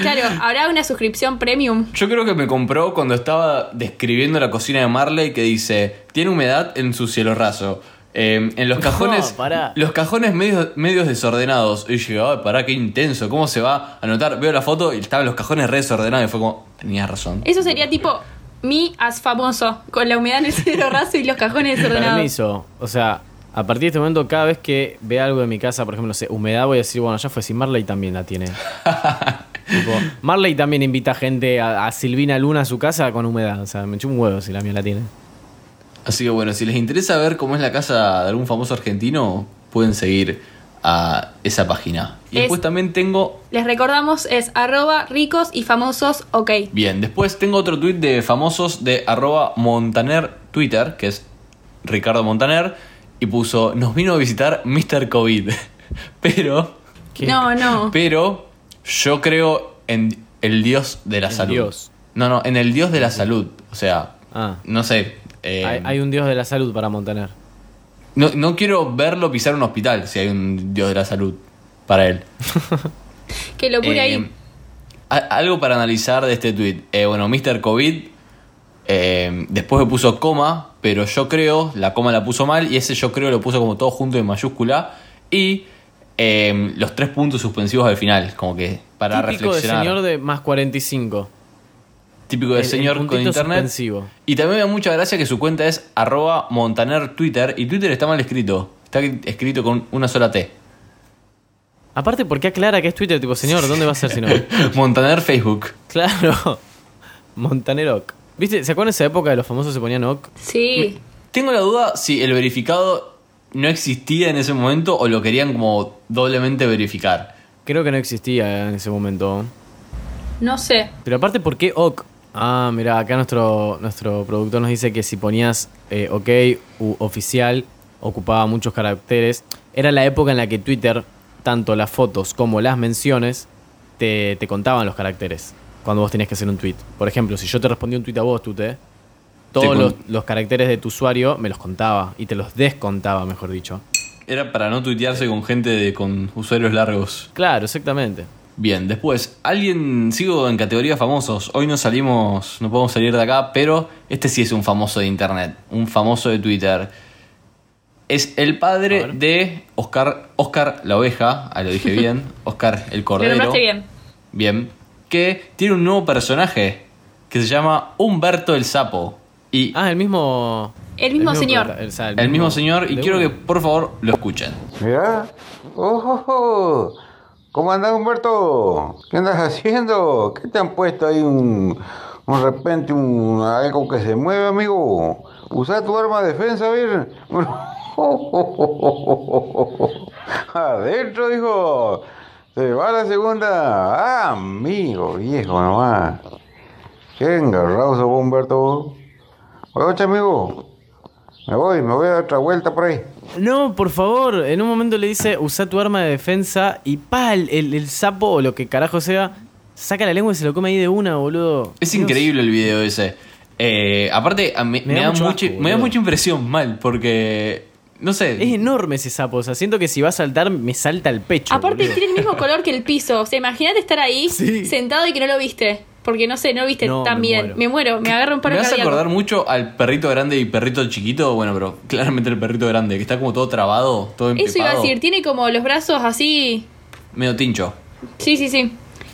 [SPEAKER 1] Claro, habrá una suscripción premium.
[SPEAKER 2] Yo creo que me compró cuando estaba describiendo la cocina de Marley que dice, tiene humedad en su cielo raso. Eh, en los cajones,
[SPEAKER 3] pará.
[SPEAKER 2] los cajones medios, medios desordenados. Y yo, ay, pará, qué intenso, ¿cómo se va a notar? Veo la foto y estaban los cajones re desordenados y fue como, tenías razón.
[SPEAKER 1] Eso sería tipo mi as famoso, con la humedad en el cielo raso y los cajones desordenados.
[SPEAKER 3] Permiso. O sea, a partir de este momento, cada vez que vea algo de mi casa, por ejemplo, no sé, humedad, voy a decir, bueno, ya fue si Marley también
[SPEAKER 2] *laughs*
[SPEAKER 3] la tiene. Tipo, Marley también invita gente a, a Silvina Luna a su casa con humedad. O sea, me chupa un huevo si la mía la tiene.
[SPEAKER 2] Así que bueno, si les interesa ver cómo es la casa de algún famoso argentino, pueden seguir a esa página. Y
[SPEAKER 1] Es-
[SPEAKER 2] después también tengo
[SPEAKER 1] Les recordamos es arroba ricos y famosos, ok.
[SPEAKER 2] Bien, después tengo otro tuit de famosos de arroba Montaner Twitter, que es Ricardo Montaner, y puso, nos vino a visitar Mr. COVID. *laughs* Pero,
[SPEAKER 3] ¿Qué?
[SPEAKER 1] No,
[SPEAKER 3] Ah.
[SPEAKER 1] no.
[SPEAKER 2] pero, yo creo en el dios de la
[SPEAKER 3] El
[SPEAKER 2] salud.
[SPEAKER 3] dios.
[SPEAKER 2] No, no, en el dios de la salud. O sea,
[SPEAKER 3] Ah.
[SPEAKER 2] no sé. eh,
[SPEAKER 3] hay, hay un dios de la salud para Montaner.
[SPEAKER 2] no, no quiero verlo pisar un hospital si hay un dios de la salud para él.
[SPEAKER 1] Qué locura
[SPEAKER 2] Eh,
[SPEAKER 1] ahí.
[SPEAKER 2] a- algo para analizar de este tweet. bueno, Mr. COVID eh, después me puso coma, pero yo creo, la coma la puso mal y ese yo creo lo puso como todo junto en mayúscula y eh, los tres puntos suspensivos al final, como que para
[SPEAKER 3] Típico de
[SPEAKER 2] reflexionar.
[SPEAKER 3] señor de más 45.
[SPEAKER 2] típico de
[SPEAKER 3] el- el
[SPEAKER 2] señor con
[SPEAKER 3] puntito
[SPEAKER 2] internet.
[SPEAKER 3] suspensivo.
[SPEAKER 2] Y también me da mucha gracia que su cuenta es arroba montaner Twitter y Twitter está mal escrito. Está escrito con una sola T.
[SPEAKER 3] Aparte, porque aclara que es Twitter? Tipo, señor, ¿dónde va a ser si no?
[SPEAKER 2] *laughs* *laughs* Montaner Facebook.
[SPEAKER 3] *laughs* Claro. Montaner Oc. ¿Viste? ¿Se acuerdan de esa época de los famosos se ponían Oc?
[SPEAKER 1] Sí.
[SPEAKER 2] Tengo la duda si el verificado no existía en ese momento o lo querían como doblemente verificar.
[SPEAKER 3] Creo que no existía en ese momento.
[SPEAKER 1] No sé.
[SPEAKER 3] Pero aparte, ¿por qué OK? Ah, mira, acá nuestro, nuestro productor nos dice que si ponías eh, OK u oficial, ocupaba muchos caracteres. Era la época en la que Twitter, tanto las fotos como las menciones, te, te contaban los caracteres. Cuando vos tenías que hacer un tweet. Por ejemplo, si yo te respondí un tweet a vos, Tute,
[SPEAKER 2] Te
[SPEAKER 3] todos
[SPEAKER 2] con-
[SPEAKER 3] los, los caracteres de tu usuario me los contaba y te los descontaba, mejor dicho.
[SPEAKER 2] Era para no tuitearse con gente de, con usuarios largos.
[SPEAKER 3] Claro, exactamente.
[SPEAKER 2] Bien, después, alguien, sigo en categoría famosos. Hoy no salimos, no podemos salir de acá, pero este sí es un famoso de internet, un famoso de Twitter. Es el
[SPEAKER 3] A
[SPEAKER 2] padre
[SPEAKER 3] ver.
[SPEAKER 2] de Oscar, Oscar la oveja, ah, lo dije
[SPEAKER 3] *laughs*
[SPEAKER 2] bien, Oscar el
[SPEAKER 1] Lo
[SPEAKER 2] cordero.
[SPEAKER 1] nombraste bien.
[SPEAKER 2] Bien. Que tiene un nuevo personaje que se llama Humberto el Sapo. Y
[SPEAKER 3] Ah, el mismo.
[SPEAKER 1] El mismo señor.
[SPEAKER 3] prota- o sea,
[SPEAKER 2] el mismo señor, y
[SPEAKER 3] de
[SPEAKER 2] quiero que
[SPEAKER 3] una.
[SPEAKER 2] por favor lo escuchen.
[SPEAKER 4] Mirá. ¡Ojo! ¿Cómo andás, Humberto? ¿Qué andas haciendo? ¿Qué te han puesto ahí un. un repente un, algo que se mueve, amigo? Usa tu arma de defensa, a ver. *laughs* Adentro, hijo. Se va la segunda. Ah, amigo, viejo nomás. Qué engarrado sos vos, Humberto. Oye, amigo. Me voy, me voy a dar otra vuelta por ahí.
[SPEAKER 3] No, por favor, en un momento le dice, usa tu arma de defensa y pa, el, el- el sapo o lo que carajo sea, saca la lengua y se lo come ahí de una, boludo.
[SPEAKER 2] Es
[SPEAKER 3] Dios.
[SPEAKER 2] increíble el video ese. Eh, aparte, a mí- me,
[SPEAKER 3] Me da
[SPEAKER 2] da
[SPEAKER 3] mucho
[SPEAKER 2] mucha,
[SPEAKER 3] asco,
[SPEAKER 2] me da
[SPEAKER 3] boludo.
[SPEAKER 2] mucha impresión mal, porque. No
[SPEAKER 3] Es
[SPEAKER 2] sé.
[SPEAKER 3] enorme ese sapo, o sea, siento que si va a saltar me salta el pecho.
[SPEAKER 1] Aparte
[SPEAKER 3] boludo.
[SPEAKER 1] tiene el mismo color que el piso. O sea, imagínate estar ahí
[SPEAKER 3] Sí.
[SPEAKER 1] sentado y que no lo viste. Porque no sé, no viste
[SPEAKER 3] No,
[SPEAKER 1] tan
[SPEAKER 3] me
[SPEAKER 1] bien.
[SPEAKER 3] muero.
[SPEAKER 1] Me muero, me agarra un
[SPEAKER 2] Me
[SPEAKER 1] paro
[SPEAKER 2] vas a
[SPEAKER 1] cardíaco.
[SPEAKER 2] acordar mucho al perrito grande y perrito chiquito. Bueno, pero claramente el perrito grande, que está como todo trabado, todo empepado.
[SPEAKER 1] Eso iba a decir, tiene como los brazos así.
[SPEAKER 2] Medio tincho.
[SPEAKER 1] Sí, sí, sí.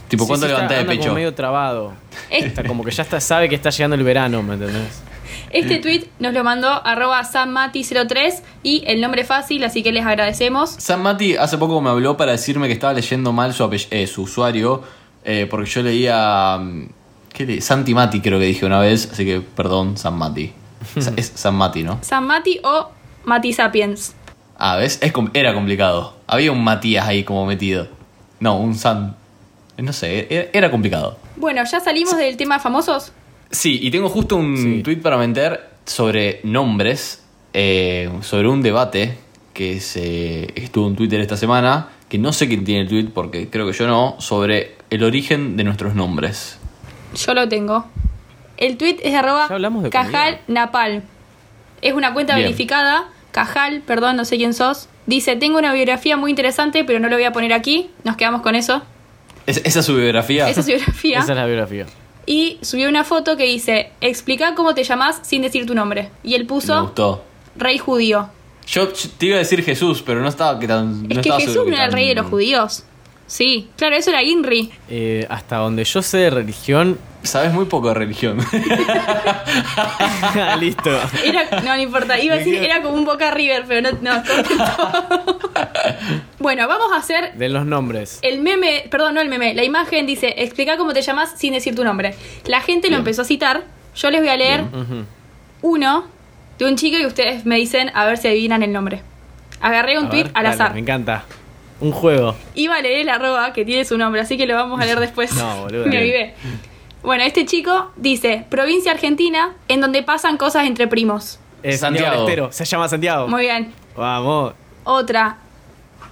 [SPEAKER 2] Tipo,
[SPEAKER 3] Sí,
[SPEAKER 2] ¿cuánto
[SPEAKER 3] sí, está-
[SPEAKER 2] levanta de
[SPEAKER 3] anda como
[SPEAKER 2] pecho?
[SPEAKER 3] medio trabado.
[SPEAKER 1] Es-
[SPEAKER 3] *laughs* Está como que ya está, sabe que está llegando el verano, ¿me entendés?
[SPEAKER 1] Este tweet nos lo mandó arroba sammati03 y el nombre es fácil, así que les agradecemos.
[SPEAKER 2] Sam Mati hace poco me habló para decirme que estaba leyendo mal su, apell- eh, su usuario, eh, porque yo leía. mm, ¿Qué leí? Santi Mati, creo que dije una vez, así que perdón, Sam Mati. Sa- es Sam Mati, ¿no?
[SPEAKER 1] Sammati o Mati Sapiens.
[SPEAKER 2] Ah, ¿ves? Es com- era complicado. Había un Matías ahí como metido. No, un Sam. No sé, era, era complicado.
[SPEAKER 1] Bueno, ya salimos del tema famosos.
[SPEAKER 2] Sí, y tengo justo un
[SPEAKER 3] Sí.
[SPEAKER 2] tweet para meter sobre nombres, eh, sobre un debate que se estuvo en Twitter esta semana, que no sé quién tiene el tweet porque creo que yo no, sobre el origen de nuestros nombres.
[SPEAKER 1] Yo lo tengo. El tweet es de arroba
[SPEAKER 3] Ya hablamos de
[SPEAKER 1] Cajal
[SPEAKER 3] comida.
[SPEAKER 1] Napal. Es una cuenta
[SPEAKER 2] Bien.
[SPEAKER 1] verificada. Cajal, perdón, no sé quién sos. Dice, tengo una biografía muy interesante, pero no lo voy a poner aquí. Nos quedamos con eso.
[SPEAKER 2] Es- esa es su biografía.
[SPEAKER 1] Esa es su biografía.
[SPEAKER 3] Esa es la biografía.
[SPEAKER 1] Y subió una foto que dice, explica cómo te llamás sin decir tu nombre. Y él
[SPEAKER 2] Me
[SPEAKER 1] puso
[SPEAKER 2] gustó.
[SPEAKER 1] rey judío.
[SPEAKER 2] Yo yo te iba a decir Jesús, pero no estaba que
[SPEAKER 1] Es
[SPEAKER 2] tan. no
[SPEAKER 1] que
[SPEAKER 2] estaba
[SPEAKER 1] Jesús
[SPEAKER 2] seguro
[SPEAKER 1] no era el
[SPEAKER 2] tan-
[SPEAKER 1] rey de los judíos. Sí, claro, eso era Inri.
[SPEAKER 3] Eh, hasta donde yo sé de religión. *laughs*
[SPEAKER 2] Sabes muy poco de religión. *laughs*
[SPEAKER 3] ah, Listo.
[SPEAKER 1] Era, no, no importa.
[SPEAKER 2] *laughs*
[SPEAKER 1] Iba a decir, era como un Boca River, pero no, no contento. bueno, vamos a hacer
[SPEAKER 3] De los nombres.
[SPEAKER 1] el meme, perdón, no el meme, la imagen dice, explica cómo te llamas sin decir tu nombre. La gente lo
[SPEAKER 2] Bien.
[SPEAKER 1] empezó a citar. Yo les voy a leer
[SPEAKER 3] Ujú.
[SPEAKER 1] uno de un chico y ustedes me dicen a ver si adivinan el nombre. Agarré un
[SPEAKER 3] A
[SPEAKER 1] tweet
[SPEAKER 3] ver,
[SPEAKER 1] al
[SPEAKER 3] dale,
[SPEAKER 1] azar.
[SPEAKER 3] Me encanta. Un juego.
[SPEAKER 1] Iba a leer el arroba que tiene su nombre, así que lo vamos a leer después.
[SPEAKER 3] No,
[SPEAKER 1] *laughs*
[SPEAKER 3] boluda.
[SPEAKER 1] Me avivé. Bueno, este chico dice, provincia argentina en donde pasan cosas entre primos.
[SPEAKER 3] Eh,
[SPEAKER 2] Santiago.
[SPEAKER 3] Santiago. Estero. Se llama Santiago.
[SPEAKER 1] Muy bien.
[SPEAKER 3] Vamos.
[SPEAKER 1] Otra,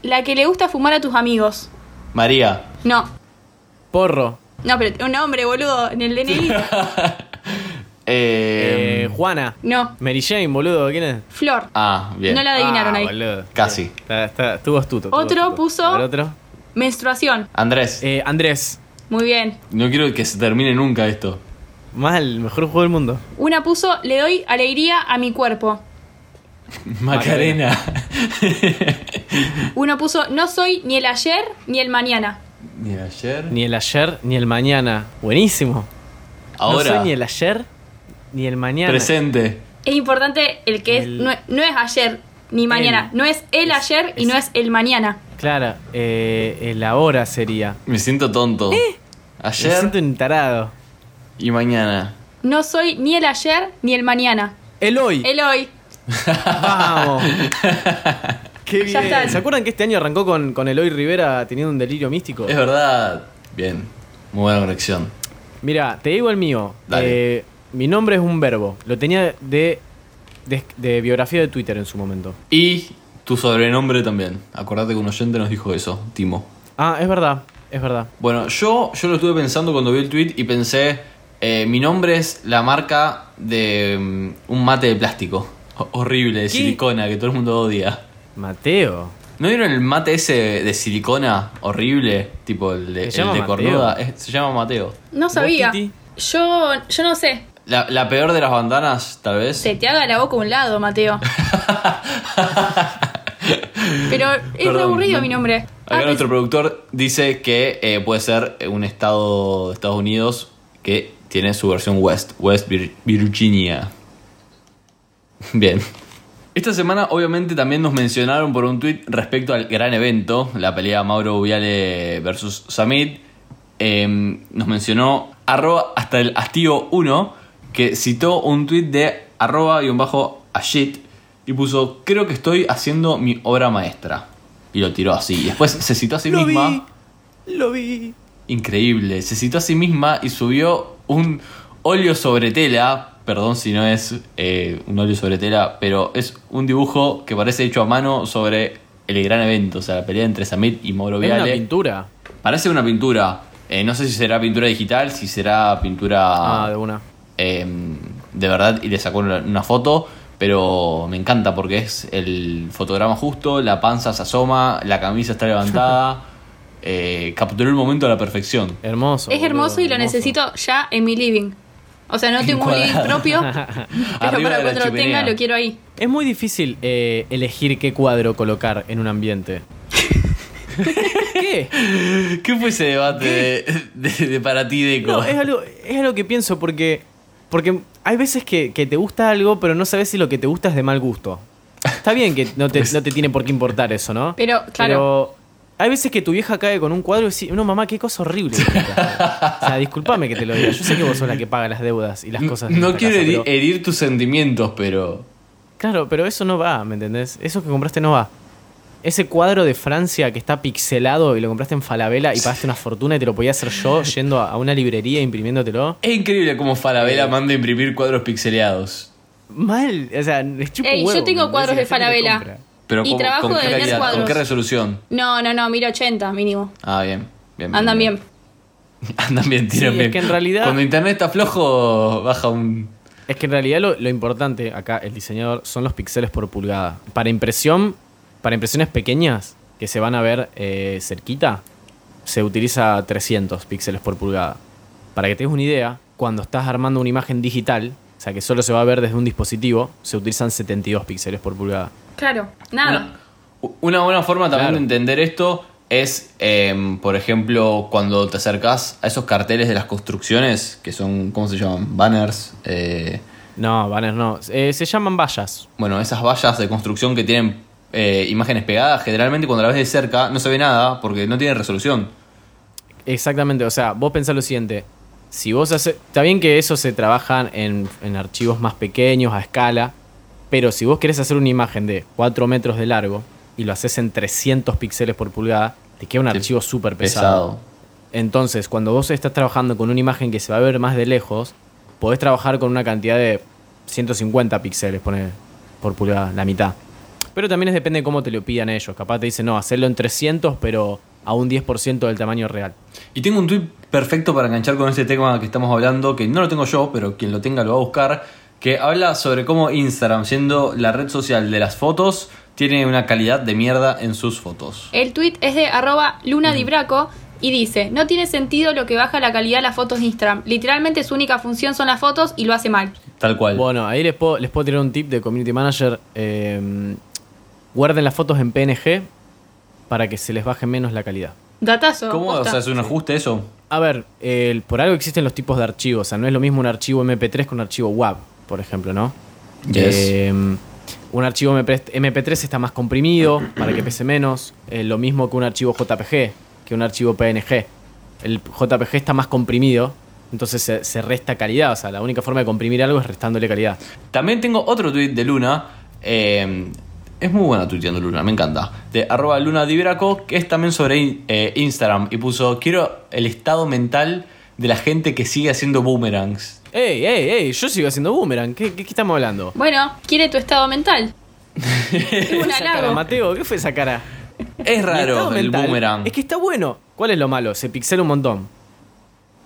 [SPEAKER 1] la que le gusta fumar a tus amigos.
[SPEAKER 2] María.
[SPEAKER 1] No,
[SPEAKER 3] Porro.
[SPEAKER 1] no, pero un nombre, boludo, en el DNI.
[SPEAKER 3] *laughs*
[SPEAKER 2] Eh,
[SPEAKER 3] Eh, Juana.
[SPEAKER 1] No,
[SPEAKER 3] Mary Jane, boludo. ¿Quién es?
[SPEAKER 1] Flor.
[SPEAKER 2] ah, bien.
[SPEAKER 1] No la adivinaron
[SPEAKER 3] Ah,
[SPEAKER 1] ahí.
[SPEAKER 3] boludo.
[SPEAKER 2] Casi.
[SPEAKER 3] Está, está- estuvo astuto. estuvo
[SPEAKER 1] Otro
[SPEAKER 3] astuto.
[SPEAKER 1] puso-
[SPEAKER 3] A ver, otro.
[SPEAKER 1] Menstruación.
[SPEAKER 2] Andrés,
[SPEAKER 3] Eh, Andrés.
[SPEAKER 1] Muy bien.
[SPEAKER 2] no quiero que se termine nunca esto.
[SPEAKER 3] Mal, mejor juego del mundo.
[SPEAKER 1] Una puso, le doy alegría a mi cuerpo.
[SPEAKER 2] Macarena.
[SPEAKER 1] Uno puso, no soy ni el ayer ni el mañana.
[SPEAKER 2] *laughs* Ni ayer.
[SPEAKER 3] Ni el ayer ni el mañana. Buenísimo.
[SPEAKER 2] Ahora.
[SPEAKER 3] No soy ni el ayer ni el mañana.
[SPEAKER 2] presente.
[SPEAKER 1] Es importante el que es,
[SPEAKER 3] El-
[SPEAKER 1] no, no es ayer ni mañana.
[SPEAKER 3] El.
[SPEAKER 1] No es el ayer y
[SPEAKER 3] es-
[SPEAKER 1] no es el mañana.
[SPEAKER 3] Claro, eh, el ahora sería.
[SPEAKER 2] Me siento tonto.
[SPEAKER 3] Eh. Me siento
[SPEAKER 2] Ayer
[SPEAKER 3] un tarado.
[SPEAKER 2] y mañana.
[SPEAKER 1] No soy ni el ayer ni el mañana.
[SPEAKER 3] El hoy.
[SPEAKER 1] El hoy.
[SPEAKER 2] *laughs*
[SPEAKER 3] Vamos. Qué
[SPEAKER 1] Ya
[SPEAKER 3] bien.
[SPEAKER 1] está.
[SPEAKER 3] ¿Se acuerdan que este año arrancó con, con Eloy Rivera teniendo un delirio místico?
[SPEAKER 2] Es verdad. Bien. Muy buena conexión.
[SPEAKER 3] Mira, te digo el mío.
[SPEAKER 2] Dale.
[SPEAKER 3] Eh, mi nombre es un verbo. Lo tenía de, de, de biografía de Twitter en su momento.
[SPEAKER 2] Y tu sobrenombre también. Acordate que un oyente nos dijo eso, Timo.
[SPEAKER 3] Ah, es verdad, es verdad.
[SPEAKER 2] Bueno, yo, yo lo estuve pensando cuando vi el tweet y pensé, eh, mi nombre es la marca de mm, un mate de plástico. Ho- Horrible, de silicona, que todo el mundo odia.
[SPEAKER 3] Mateo.
[SPEAKER 2] ¿No vieron el mate ese de silicona horrible? Tipo el de,
[SPEAKER 3] ¿Se
[SPEAKER 2] el
[SPEAKER 3] llama
[SPEAKER 2] de
[SPEAKER 3] Mateo?
[SPEAKER 2] cornuda. Es- se llama Mateo.
[SPEAKER 1] No
[SPEAKER 3] ¿Vos,
[SPEAKER 1] sabía.
[SPEAKER 3] Titi?
[SPEAKER 1] Yo, yo no sé.
[SPEAKER 2] La, la peor de las bandanas, tal vez.
[SPEAKER 1] Se te haga la boca a un lado,
[SPEAKER 3] *laughs*
[SPEAKER 1] Mateo. Pero es re
[SPEAKER 2] Perdón,
[SPEAKER 1] aburrido
[SPEAKER 2] no-
[SPEAKER 1] mi nombre.
[SPEAKER 2] Acá
[SPEAKER 1] Ah,
[SPEAKER 2] nuestro
[SPEAKER 1] pens-
[SPEAKER 2] productor dice que eh, puede ser un estado de Estados Unidos que tiene su versión West, West Vir- Virginia. *laughs* Bien. Esta semana obviamente también nos mencionaron por un tweet respecto al gran evento, la pelea Mauro Viale versus Samit. Eh, nos mencionó arroba hasta el hastío 1 que citó un tweet de arroba y un bajo ashit y puso creo que estoy haciendo mi obra maestra. Y lo tiró así. Y después se citó a sí
[SPEAKER 3] lo
[SPEAKER 2] misma.
[SPEAKER 3] vi. Lo vi.
[SPEAKER 2] Increíble. Se citó a sí misma y subió un óleo sobre tela. Perdón si no es eh, un óleo sobre tela, pero es un dibujo que parece hecho a mano sobre el gran evento, o sea, la pelea entre Samit y Mauro
[SPEAKER 3] Es una
[SPEAKER 2] Viale.
[SPEAKER 3] pintura.
[SPEAKER 2] parece una pintura. Eh, no sé si será pintura digital, si será pintura
[SPEAKER 3] Ah, de una.
[SPEAKER 2] eh, de verdad y le sacó una, una foto. Pero me encanta porque es el fotograma justo, la panza se asoma, la camisa está
[SPEAKER 3] *laughs*
[SPEAKER 2] levantada. eh, capturó el momento a la perfección.
[SPEAKER 3] Hermoso.
[SPEAKER 1] Es hermoso
[SPEAKER 3] boludo,
[SPEAKER 1] y lo necesito ya en mi living. O sea, no tengo un living
[SPEAKER 2] Encuadrado. *laughs*
[SPEAKER 1] propio. pero
[SPEAKER 2] Arriba
[SPEAKER 1] para
[SPEAKER 2] de la
[SPEAKER 1] cuando lo
[SPEAKER 2] chimenea.
[SPEAKER 1] tenga lo quiero ahí.
[SPEAKER 3] Es muy difícil eh, elegir qué cuadro colocar en un *laughs* ambiente. ¿Qué?
[SPEAKER 2] ¿Qué fue ese debate de, de- de para ti, Deco?
[SPEAKER 3] No, es algo, es algo que pienso porque. Porque hay veces que, que te gusta algo, pero no sabes si lo que te gusta es de mal gusto. Está bien que no *laughs* te, no te tiene por qué importar eso, ¿no?
[SPEAKER 1] Pero, claro.
[SPEAKER 3] Pero hay veces que tu vieja cae con un cuadro y decís, no, mamá, qué cosa horrible. que pintaste". o sea, discúlpame que te lo diga. Yo sé que vos sos la que paga las deudas y las cosas. de
[SPEAKER 2] no eh,
[SPEAKER 3] esta
[SPEAKER 2] quiero
[SPEAKER 3] casa,
[SPEAKER 2] heri-
[SPEAKER 3] pero-
[SPEAKER 2] herir tus sentimientos, pero.
[SPEAKER 3] Claro, pero eso no va, ¿me entendés? Eso que compraste no va. Ese cuadro de Francia que está pixelado y lo compraste en Falabella y pagaste una fortuna y te lo podía hacer yo yendo a a una librería e imprimiéndotelo.
[SPEAKER 2] Es increíble cómo
[SPEAKER 1] Eh.
[SPEAKER 2] Falabella manda a imprimir cuadros pixeleados.
[SPEAKER 3] Mal, o sea, les chupa
[SPEAKER 1] Ey,
[SPEAKER 3] un huevo,
[SPEAKER 1] yo tengo
[SPEAKER 3] ¿me
[SPEAKER 1] cuadros de
[SPEAKER 3] entendés? Y la gente
[SPEAKER 1] Falabella.
[SPEAKER 3] compra.
[SPEAKER 2] Pero
[SPEAKER 1] Y
[SPEAKER 2] ¿cómo-
[SPEAKER 1] trabajo
[SPEAKER 2] ¿con,
[SPEAKER 1] de
[SPEAKER 2] qué
[SPEAKER 1] vender
[SPEAKER 2] calidad? ¿Con
[SPEAKER 1] cuadros.
[SPEAKER 2] qué resolución?
[SPEAKER 1] No, no, no, 1080 mínimo.
[SPEAKER 2] Ah, bien. bien
[SPEAKER 1] Andan bien.
[SPEAKER 2] *laughs* Andan bien, tiran
[SPEAKER 3] Sí, es
[SPEAKER 2] bien.
[SPEAKER 3] que en realidad-
[SPEAKER 2] Cuando internet está flojo, baja un.
[SPEAKER 3] Es que en realidad lo, lo importante acá, el diseñador, son los píxeles por pulgada. Para impresión, para impresiones pequeñas que se van a ver eh, cerquita, se utiliza 300 píxeles por pulgada. Para que tengas una idea, cuando estás armando una imagen digital, o sea que solo se va a ver desde un dispositivo, se utilizan 72 píxeles por pulgada.
[SPEAKER 1] Claro, nada.
[SPEAKER 2] Una, una buena forma también
[SPEAKER 3] Claro.
[SPEAKER 2] de entender esto es, em, por ejemplo, cuando te acercás a esos carteles de las construcciones, que son, ¿cómo se llaman? Banners. eh,
[SPEAKER 3] No, banners no. Eh, se llaman vallas.
[SPEAKER 2] bueno, esas vallas de construcción que tienen eh, imágenes pegadas, generalmente cuando la ves de cerca no se ve nada porque no tiene resolución.
[SPEAKER 3] Exactamente, o sea, vos pensás lo siguiente. Si vos haces. Está bien que eso se trabaja en, en archivos más pequeños, a escala. Pero si vos querés hacer una imagen de 4 metros de largo y lo haces en 300 píxeles por pulgada, te queda un
[SPEAKER 2] Sí,
[SPEAKER 3] archivo súper pesado. Entonces, cuando vos estás trabajando con una imagen que se va a ver más de lejos, podés trabajar con una cantidad de 150 píxeles ponele, por pulgada, la mitad. Pero también es- depende de cómo te lo pidan ellos. Capaz te dicen, no, hacerlo en 300, pero a un 10% del tamaño real.
[SPEAKER 2] Y tengo un tweet perfecto para enganchar con este tema que estamos hablando, que no lo tengo yo, pero quien lo tenga lo va a buscar, que habla sobre cómo Instagram, siendo la red social de las fotos, tiene una calidad de mierda en sus fotos.
[SPEAKER 1] El tweet es de arroba
[SPEAKER 2] Mm.
[SPEAKER 1] Luna Dibraco y dice, no tiene sentido lo que baja la calidad de las fotos de Instagram. Literalmente su única función son las fotos y lo hace mal.
[SPEAKER 2] Tal cual.
[SPEAKER 3] Bueno, ahí les puedo, les puedo tirar un tip de community manager. eh, guarden las fotos en PNG para que se les baje menos la calidad.
[SPEAKER 1] Datazo.
[SPEAKER 2] ¿Cómo? O
[SPEAKER 1] posta.
[SPEAKER 2] sea, es un ajuste eso.
[SPEAKER 3] A ver, el- por algo existen los tipos de archivos. O sea, no es lo mismo un archivo MP3 que un archivo WAV, por ejemplo, ¿no?
[SPEAKER 2] Yes.
[SPEAKER 3] Eh, Un archivo MP3 MP3 está más comprimido para que pese menos. eh, lo mismo que un archivo JPG, que un archivo PNG. El JPG está más comprimido, entonces se, se resta calidad. O sea, la única forma de comprimir algo es restándole calidad.
[SPEAKER 2] También tengo otro tweet de Luna. eh, es muy buena tuiteando Luna, me encanta. De arroba Luna Diviraco, que es también sobre in- eh, Instagram. Y puso, quiero el estado mental de la gente que sigue haciendo boomerangs.
[SPEAKER 3] ¡Ey, ey, ey! Yo sigo haciendo boomerang. ¿Qué, qué- qué estamos hablando?
[SPEAKER 1] Bueno, quiere tu estado
[SPEAKER 2] *laughs*
[SPEAKER 1] mental. es un
[SPEAKER 3] Esa cara,
[SPEAKER 1] halago.
[SPEAKER 3] Mateo, ¿qué fue esa cara?
[SPEAKER 2] Es
[SPEAKER 3] Mi
[SPEAKER 2] raro
[SPEAKER 3] estado
[SPEAKER 2] el
[SPEAKER 3] mental
[SPEAKER 2] boomerang.
[SPEAKER 3] Es que está bueno. ¿Cuál es lo malo? Se pixela un montón.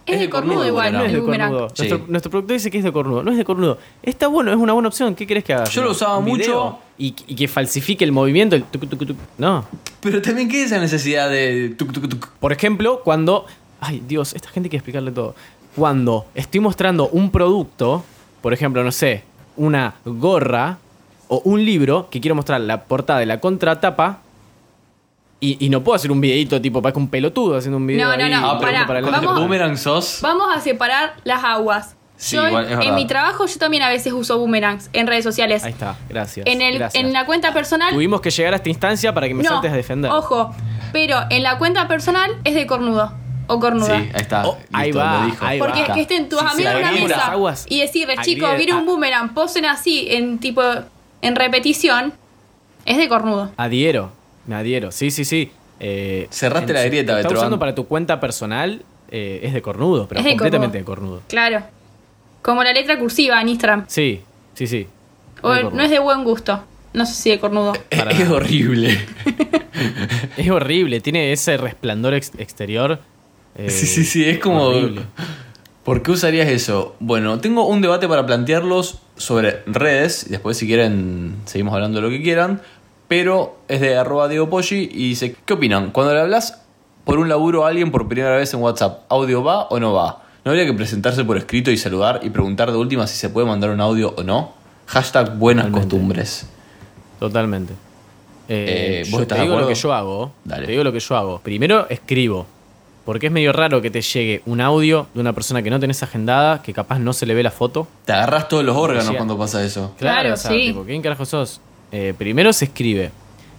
[SPEAKER 1] Es de cornudo igual,
[SPEAKER 2] No,
[SPEAKER 3] No
[SPEAKER 1] el
[SPEAKER 3] es de cornudo.
[SPEAKER 1] boomerang.
[SPEAKER 2] Sí.
[SPEAKER 3] Nuestro, nuestro productor dice que es de cornudo. No es de cornudo. Está bueno, es una buena opción. ¿Qué querés que haga?
[SPEAKER 2] Yo lo usaba
[SPEAKER 3] ¿Un video?
[SPEAKER 2] mucho.
[SPEAKER 3] Y, y que falsifique el movimiento. el tucu, tucu, tucu. No.
[SPEAKER 2] Pero también qué es esa necesidad de... tuc, tuc, tuc?
[SPEAKER 3] Por ejemplo, cuando. Ay, Dios, esta gente hay que explicarle todo. Cuando estoy mostrando un producto, por ejemplo, no sé, una gorra o un libro que quiero mostrar la portada de la contratapa. Y, y no puedo hacer un videito tipo, parece un pelotudo haciendo un video.
[SPEAKER 1] No, no,
[SPEAKER 3] ahí,
[SPEAKER 1] no,
[SPEAKER 3] pero
[SPEAKER 2] Ah,
[SPEAKER 1] pará,
[SPEAKER 2] pero
[SPEAKER 3] para
[SPEAKER 2] para
[SPEAKER 3] el
[SPEAKER 1] vamos-
[SPEAKER 3] otro.
[SPEAKER 2] boomerang sos...
[SPEAKER 1] Vamos a separar las aguas.
[SPEAKER 2] Sí,
[SPEAKER 1] yo
[SPEAKER 2] igual, es
[SPEAKER 1] en
[SPEAKER 2] verdad.
[SPEAKER 1] mi trabajo yo también a veces uso boomerangs en redes sociales.
[SPEAKER 3] Ahí está, gracias.
[SPEAKER 1] En, el,
[SPEAKER 3] gracias.
[SPEAKER 1] en la cuenta personal.
[SPEAKER 3] Tuvimos que llegar a esta instancia para que me
[SPEAKER 1] no,
[SPEAKER 3] saltes a defender.
[SPEAKER 1] ojo. Pero en la cuenta personal es de cornudo o
[SPEAKER 2] Sí,
[SPEAKER 1] cornuda.
[SPEAKER 2] ahí está.
[SPEAKER 3] Oh, ahí
[SPEAKER 2] listo,
[SPEAKER 3] va,
[SPEAKER 2] lo dijo.
[SPEAKER 3] ahí
[SPEAKER 1] Porque este
[SPEAKER 3] va.
[SPEAKER 1] es que estén tus
[SPEAKER 3] Si se
[SPEAKER 1] amigos en una
[SPEAKER 3] agregan las
[SPEAKER 1] mesa
[SPEAKER 3] aguas,
[SPEAKER 1] y decirle,
[SPEAKER 3] agregue-
[SPEAKER 1] chicos, vieron un
[SPEAKER 3] ah.
[SPEAKER 1] boomerang, posen así, en tipo, en repetición, es de cornudo.
[SPEAKER 3] Adhiero, me adhiero. Sí, sí, sí. Eh,
[SPEAKER 2] Cerraste
[SPEAKER 3] en-
[SPEAKER 2] la grieta,
[SPEAKER 3] Está
[SPEAKER 2] Betroban.
[SPEAKER 3] usando para tu cuenta personal, eh, es de cornudo, pero
[SPEAKER 1] Es de
[SPEAKER 3] completamente de cornudo.
[SPEAKER 1] Claro. Como la letra cursiva en Instagram.
[SPEAKER 3] Sí, sí, sí.
[SPEAKER 1] O
[SPEAKER 3] de cornudo.
[SPEAKER 1] no es de buen gusto. No sé si de cornudo.
[SPEAKER 2] *laughs*
[SPEAKER 3] para
[SPEAKER 2] Es
[SPEAKER 3] nada.
[SPEAKER 2] horrible.
[SPEAKER 3] Es horrible, tiene ese resplandor ex- *laughs* exterior. eh,
[SPEAKER 2] Sí, sí, sí, es como...
[SPEAKER 3] horrible.
[SPEAKER 2] ¿Por qué usarías eso? Bueno, tengo un debate para plantearlos sobre redes, y después si quieren seguimos hablando de lo que quieran, pero es de arroba Diego Poggi y dice, ¿qué opinan? Cuando le hablas por un laburo a alguien por primera vez en WhatsApp, ¿audio va o no va? ¿No habría que presentarse por escrito y saludar y preguntar de última si se puede mandar un audio o no? Hashtag buenas
[SPEAKER 3] Totalmente.
[SPEAKER 2] costumbres.
[SPEAKER 3] Totalmente.
[SPEAKER 2] Eh,
[SPEAKER 3] Eh,
[SPEAKER 2] ¿vos
[SPEAKER 3] yo
[SPEAKER 2] estás de
[SPEAKER 3] te digo lo
[SPEAKER 2] acuerdo?
[SPEAKER 3] que yo hago.
[SPEAKER 2] Dale.
[SPEAKER 3] Te digo lo que yo hago. Primero escribo. Porque es medio raro que te llegue un audio de una persona que no tenés agendada, que capaz no se le ve la foto.
[SPEAKER 2] Te agarras todos los órganos
[SPEAKER 3] Decía-
[SPEAKER 2] cuando pasa eso.
[SPEAKER 3] Claro,
[SPEAKER 1] Claro,
[SPEAKER 3] o sea,
[SPEAKER 1] sí.
[SPEAKER 3] tipo, ¿quién carajo sos? Eh, primero se escribe.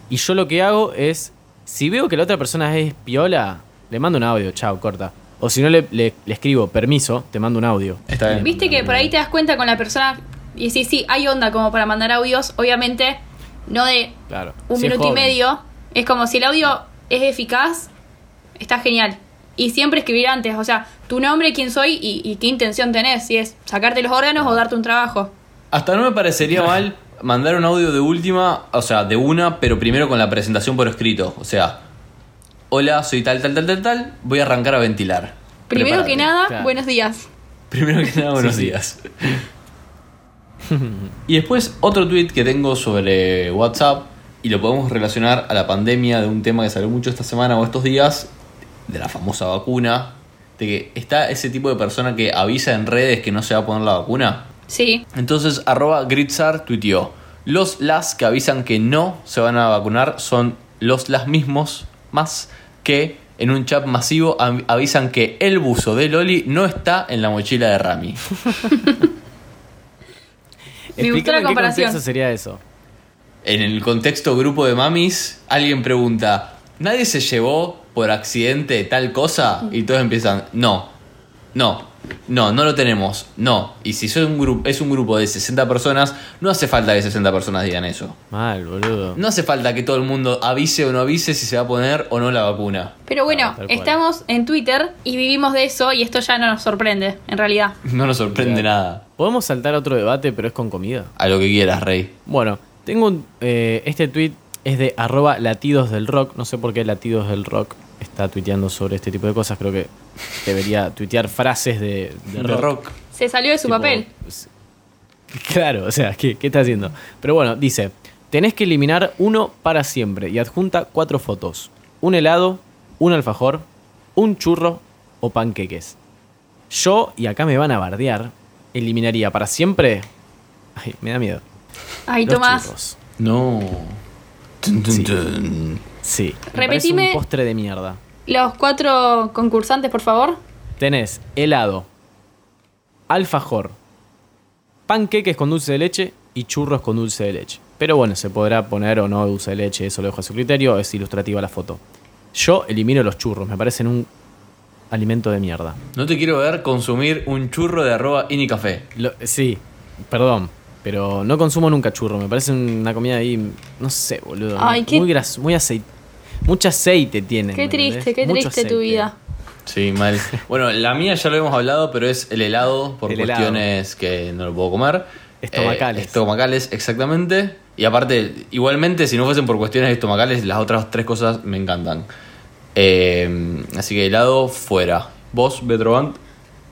[SPEAKER 3] Y yo lo que hago es, si veo que la otra persona es piola, le mando un audio, chao, corta. O si no, le, le- le escribo, permiso, te mando un audio.
[SPEAKER 2] Está bien.
[SPEAKER 1] Viste que por ahí te das cuenta con la persona y sí, sí, hay onda como para mandar audios, obviamente, no de
[SPEAKER 3] Claro.
[SPEAKER 1] un
[SPEAKER 3] Si es
[SPEAKER 1] minuto y
[SPEAKER 3] joven.
[SPEAKER 1] medio. Es como si el audio es eficaz, está genial. Y siempre escribir antes, o sea, tu nombre, quién soy y, y qué intención tenés, si es sacarte los órganos o darte un trabajo.
[SPEAKER 2] Hasta no me parecería mal mandar un audio de última, o sea, de una, pero primero con la presentación por escrito. O sea, hola, soy tal, tal, tal, tal, tal, voy a arrancar a ventilar.
[SPEAKER 1] Primero
[SPEAKER 2] Prepárate.
[SPEAKER 1] que nada,
[SPEAKER 3] claro.
[SPEAKER 1] buenos días.
[SPEAKER 2] *laughs* Primero que nada, buenos
[SPEAKER 3] Sí,
[SPEAKER 1] *laughs*
[SPEAKER 3] sí.
[SPEAKER 2] días. y después otro tweet que tengo sobre WhatsApp y lo podemos relacionar a la pandemia de un tema que salió mucho esta semana o estos días, de la famosa vacuna, de que está ese tipo de persona que avisa en redes que no se va a poner la vacuna.
[SPEAKER 1] Sí,
[SPEAKER 2] Entonces, arroba Gritzar tuiteó. Los las que avisan que no se van a vacunar son los las mismos, más que en un chat masivo av- avisan que el buzo de Loli no está en la mochila de Rami.
[SPEAKER 1] Me gustó
[SPEAKER 3] Explícame
[SPEAKER 1] la
[SPEAKER 3] en qué
[SPEAKER 1] comparación.
[SPEAKER 3] contexto sería eso.
[SPEAKER 2] En el contexto grupo de mamis, alguien pregunta, ¿nadie se llevó por accidente tal cosa? Y todos empiezan, no, no, no, no lo tenemos, no. Y si soy un grupo, es un grupo de 60 personas, no hace falta que 60 personas digan eso.
[SPEAKER 3] Mal, boludo.
[SPEAKER 2] No hace falta que todo el mundo avise o no avise si se va a poner o no la vacuna.
[SPEAKER 1] pero bueno,
[SPEAKER 3] Ah, tal cual.
[SPEAKER 1] estamos en Twitter y vivimos de eso y esto ya no nos sorprende, en realidad.
[SPEAKER 2] No nos sorprende nada.
[SPEAKER 3] Podemos saltar a otro debate, pero es con comida.
[SPEAKER 2] A lo que quieras, Rey.
[SPEAKER 3] Bueno, tengo un, eh, este tweet es de arroba latidos del rock. No sé por qué latidos del rock está tuiteando sobre este tipo de cosas. Creo que debería tuitear frases de, de
[SPEAKER 2] De
[SPEAKER 3] rock.
[SPEAKER 2] rock.
[SPEAKER 1] Se salió de su
[SPEAKER 3] Tipo,
[SPEAKER 1] papel.
[SPEAKER 3] s- Claro, o sea, ¿qué, qué está haciendo? Pero bueno, dice, tenés que eliminar uno para siempre y adjunta cuatro fotos. Un helado, un alfajor, un churro o panqueques. Yo, y acá me van a bardear, eliminaría para siempre... Ay, me da miedo.
[SPEAKER 1] Ahí
[SPEAKER 3] los
[SPEAKER 1] Tomás.
[SPEAKER 3] churros.
[SPEAKER 2] No. Tun, tun,
[SPEAKER 3] Sí.
[SPEAKER 2] tun.
[SPEAKER 3] Sí.
[SPEAKER 1] Repetime.
[SPEAKER 3] Me parece un postre de mierda.
[SPEAKER 1] Los cuatro concursantes, por favor.
[SPEAKER 3] Tenés helado, alfajor, panqueques con dulce de leche y churros con dulce de leche. Pero bueno, se podrá poner o no dulce de leche, eso lo dejo a su criterio, es ilustrativa la foto. Yo elimino los churros, me parecen un alimento de mierda.
[SPEAKER 2] No te quiero ver consumir un churro de arroba inicafé.
[SPEAKER 3] Lo- sí, perdón, pero no consumo nunca churro, me parece una comida ahí, no sé, boludo.
[SPEAKER 1] Ay,
[SPEAKER 3] muy-
[SPEAKER 1] qué-
[SPEAKER 3] Muy gras, muy aceite. Mucho aceite tiene.
[SPEAKER 1] Qué triste, qué triste tu vida.
[SPEAKER 2] Sí,
[SPEAKER 3] *laughs*
[SPEAKER 2] mal. Bueno, la mía ya lo hemos hablado, pero es el helado por
[SPEAKER 3] El helado.
[SPEAKER 2] cuestiones que no lo puedo comer.
[SPEAKER 3] Estomacales.
[SPEAKER 2] Eh, estomacales, exactamente. Y aparte, igualmente, si no fuesen por cuestiones estomacales, las otras tres cosas me encantan. Eh, así que helado fuera. Vos, Betrovant,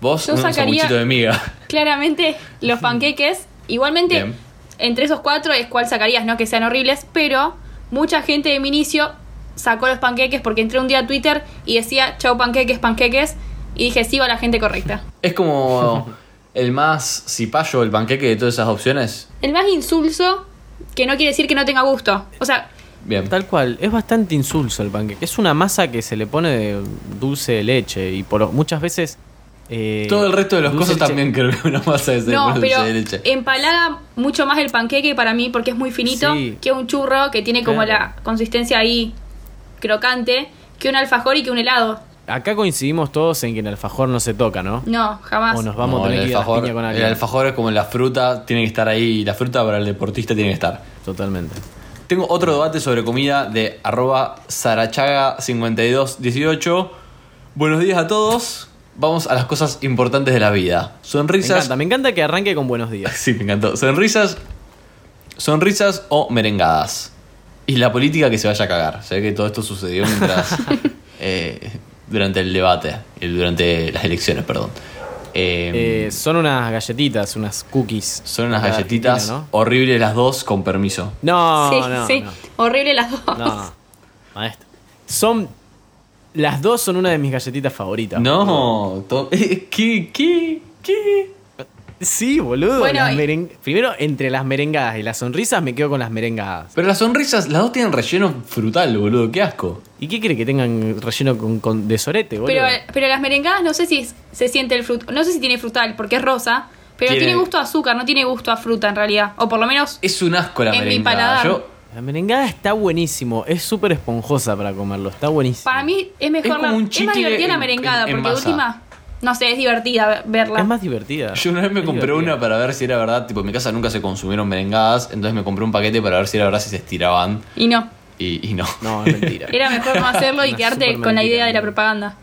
[SPEAKER 2] vos,
[SPEAKER 1] Yo
[SPEAKER 2] un
[SPEAKER 1] sacaría-
[SPEAKER 2] sanguchito
[SPEAKER 1] *laughs*
[SPEAKER 2] de miga.
[SPEAKER 1] Claramente, los panqueques, igualmente,
[SPEAKER 2] Bien.
[SPEAKER 1] entre esos cuatro es cuál sacarías, no que sean horribles, pero mucha gente de mi inicio sacó los panqueques porque entré un día a Twitter y decía, chau panqueques, panqueques, y dije, sí, va la gente correcta.
[SPEAKER 2] Es como el más cipayo, el panqueque de todas esas opciones.
[SPEAKER 1] El más insulso, que no quiere decir que no tenga gusto. O
[SPEAKER 3] *laughs*
[SPEAKER 1] sea,
[SPEAKER 2] Bien.
[SPEAKER 3] Tal cual, es bastante insulso el panqueque. Es una masa que se le pone de dulce de leche y por muchas veces... eh,
[SPEAKER 2] Todo el resto de las
[SPEAKER 3] dulce
[SPEAKER 2] cosas
[SPEAKER 3] leche-
[SPEAKER 2] también creo que una masa de ese
[SPEAKER 1] no,
[SPEAKER 2] dulce
[SPEAKER 1] pero
[SPEAKER 2] de leche.
[SPEAKER 1] empalaga mucho más el panqueque para mí porque es muy finito
[SPEAKER 3] Sí.
[SPEAKER 1] que un churro que tiene como
[SPEAKER 3] Claro.
[SPEAKER 1] la consistencia ahí crocante, que un alfajor y que un helado.
[SPEAKER 3] Acá coincidimos todos en que el alfajor no se toca,
[SPEAKER 2] Mm.
[SPEAKER 3] ¿no?
[SPEAKER 1] No, jamás.
[SPEAKER 3] O nos vamos
[SPEAKER 2] No,
[SPEAKER 3] a tener
[SPEAKER 2] el
[SPEAKER 3] que ir a las
[SPEAKER 2] alfajor-
[SPEAKER 3] piñas con
[SPEAKER 2] El
[SPEAKER 3] alguien.
[SPEAKER 2] alfajor es como la fruta, tiene que estar ahí. y La fruta para el deportista tiene que estar.
[SPEAKER 3] Totalmente.
[SPEAKER 2] Tengo otro debate sobre comida de arroba sarachaga5218. Buenos días a todos. Vamos a las cosas importantes de la vida.
[SPEAKER 3] Me
[SPEAKER 2] Sonrisas. *laughs*
[SPEAKER 3] encanta, me encanta que arranque con buenos días.
[SPEAKER 2] Sí, me encantó. Sonrisas. Sonrisas o merengadas. Y la política que se vaya a cagar. Se ve que todo esto sucedió
[SPEAKER 3] *laughs*
[SPEAKER 2] mientras. eh, durante el debate. eh, Durante las elecciones, perdón. Eh,
[SPEAKER 3] Eh, son unas galletitas, unas cookies.
[SPEAKER 2] Son unas
[SPEAKER 3] Acá de
[SPEAKER 2] galletitas
[SPEAKER 3] Argentina,
[SPEAKER 2] horribles las dos, con permiso.
[SPEAKER 3] No, no,
[SPEAKER 1] *laughs* sí,
[SPEAKER 3] no,
[SPEAKER 1] sí.
[SPEAKER 3] no.
[SPEAKER 1] Horrible las dos.
[SPEAKER 3] No, maestro. Son. Las dos son una de mis galletitas favoritas.
[SPEAKER 2] No, to- *laughs* eh, ¿qué? ¿Qué? ¿Qué?
[SPEAKER 3] Sí, boludo.
[SPEAKER 1] Bueno,
[SPEAKER 3] las
[SPEAKER 1] y-
[SPEAKER 3] meren- Primero, entre las merengadas y las sonrisas, me quedo con las merengadas.
[SPEAKER 2] Pero las sonrisas, las dos tienen relleno frutal, boludo, qué asco.
[SPEAKER 3] ¿Y qué quiere que tengan relleno con, con- de sorete,
[SPEAKER 1] *laughs*
[SPEAKER 3] boludo?
[SPEAKER 1] Pero, eh, pero las merengadas no sé si es- se siente el fruto, no sé si tiene frutal porque es rosa, pero
[SPEAKER 2] Tiene-
[SPEAKER 1] tiene, gusto a azúcar, no tiene gusto a fruta en realidad, o por lo menos
[SPEAKER 2] Es un asco la
[SPEAKER 1] En mi
[SPEAKER 2] merengada.
[SPEAKER 1] paladar.
[SPEAKER 2] Yo-
[SPEAKER 3] La merengada está buenísimo. Es súper esponjosa para comerlo. Está buenísimo.
[SPEAKER 1] para mí es mejor
[SPEAKER 2] Es
[SPEAKER 1] la,
[SPEAKER 2] como un
[SPEAKER 1] es más
[SPEAKER 2] chicle
[SPEAKER 1] divertida la
[SPEAKER 2] en-
[SPEAKER 1] merengada
[SPEAKER 2] en- en
[SPEAKER 1] porque de
[SPEAKER 2] masa.
[SPEAKER 1] última no sé, es divertida verla.
[SPEAKER 3] Es más divertida.
[SPEAKER 2] Yo una vez me
[SPEAKER 3] Es
[SPEAKER 2] compré
[SPEAKER 3] divertida.
[SPEAKER 2] una para ver si era verdad, tipo en mi casa nunca se consumieron merengadas, entonces me compré un paquete para ver si era verdad si se estiraban
[SPEAKER 1] Y no,
[SPEAKER 2] y, y no.
[SPEAKER 3] No, es
[SPEAKER 2] *laughs*
[SPEAKER 3] mentira.
[SPEAKER 1] era mejor no hacerlo y
[SPEAKER 3] *laughs* Una
[SPEAKER 1] quedarte
[SPEAKER 3] super
[SPEAKER 1] con la idea
[SPEAKER 3] mentira,
[SPEAKER 1] de la
[SPEAKER 3] boludo.
[SPEAKER 1] propaganda.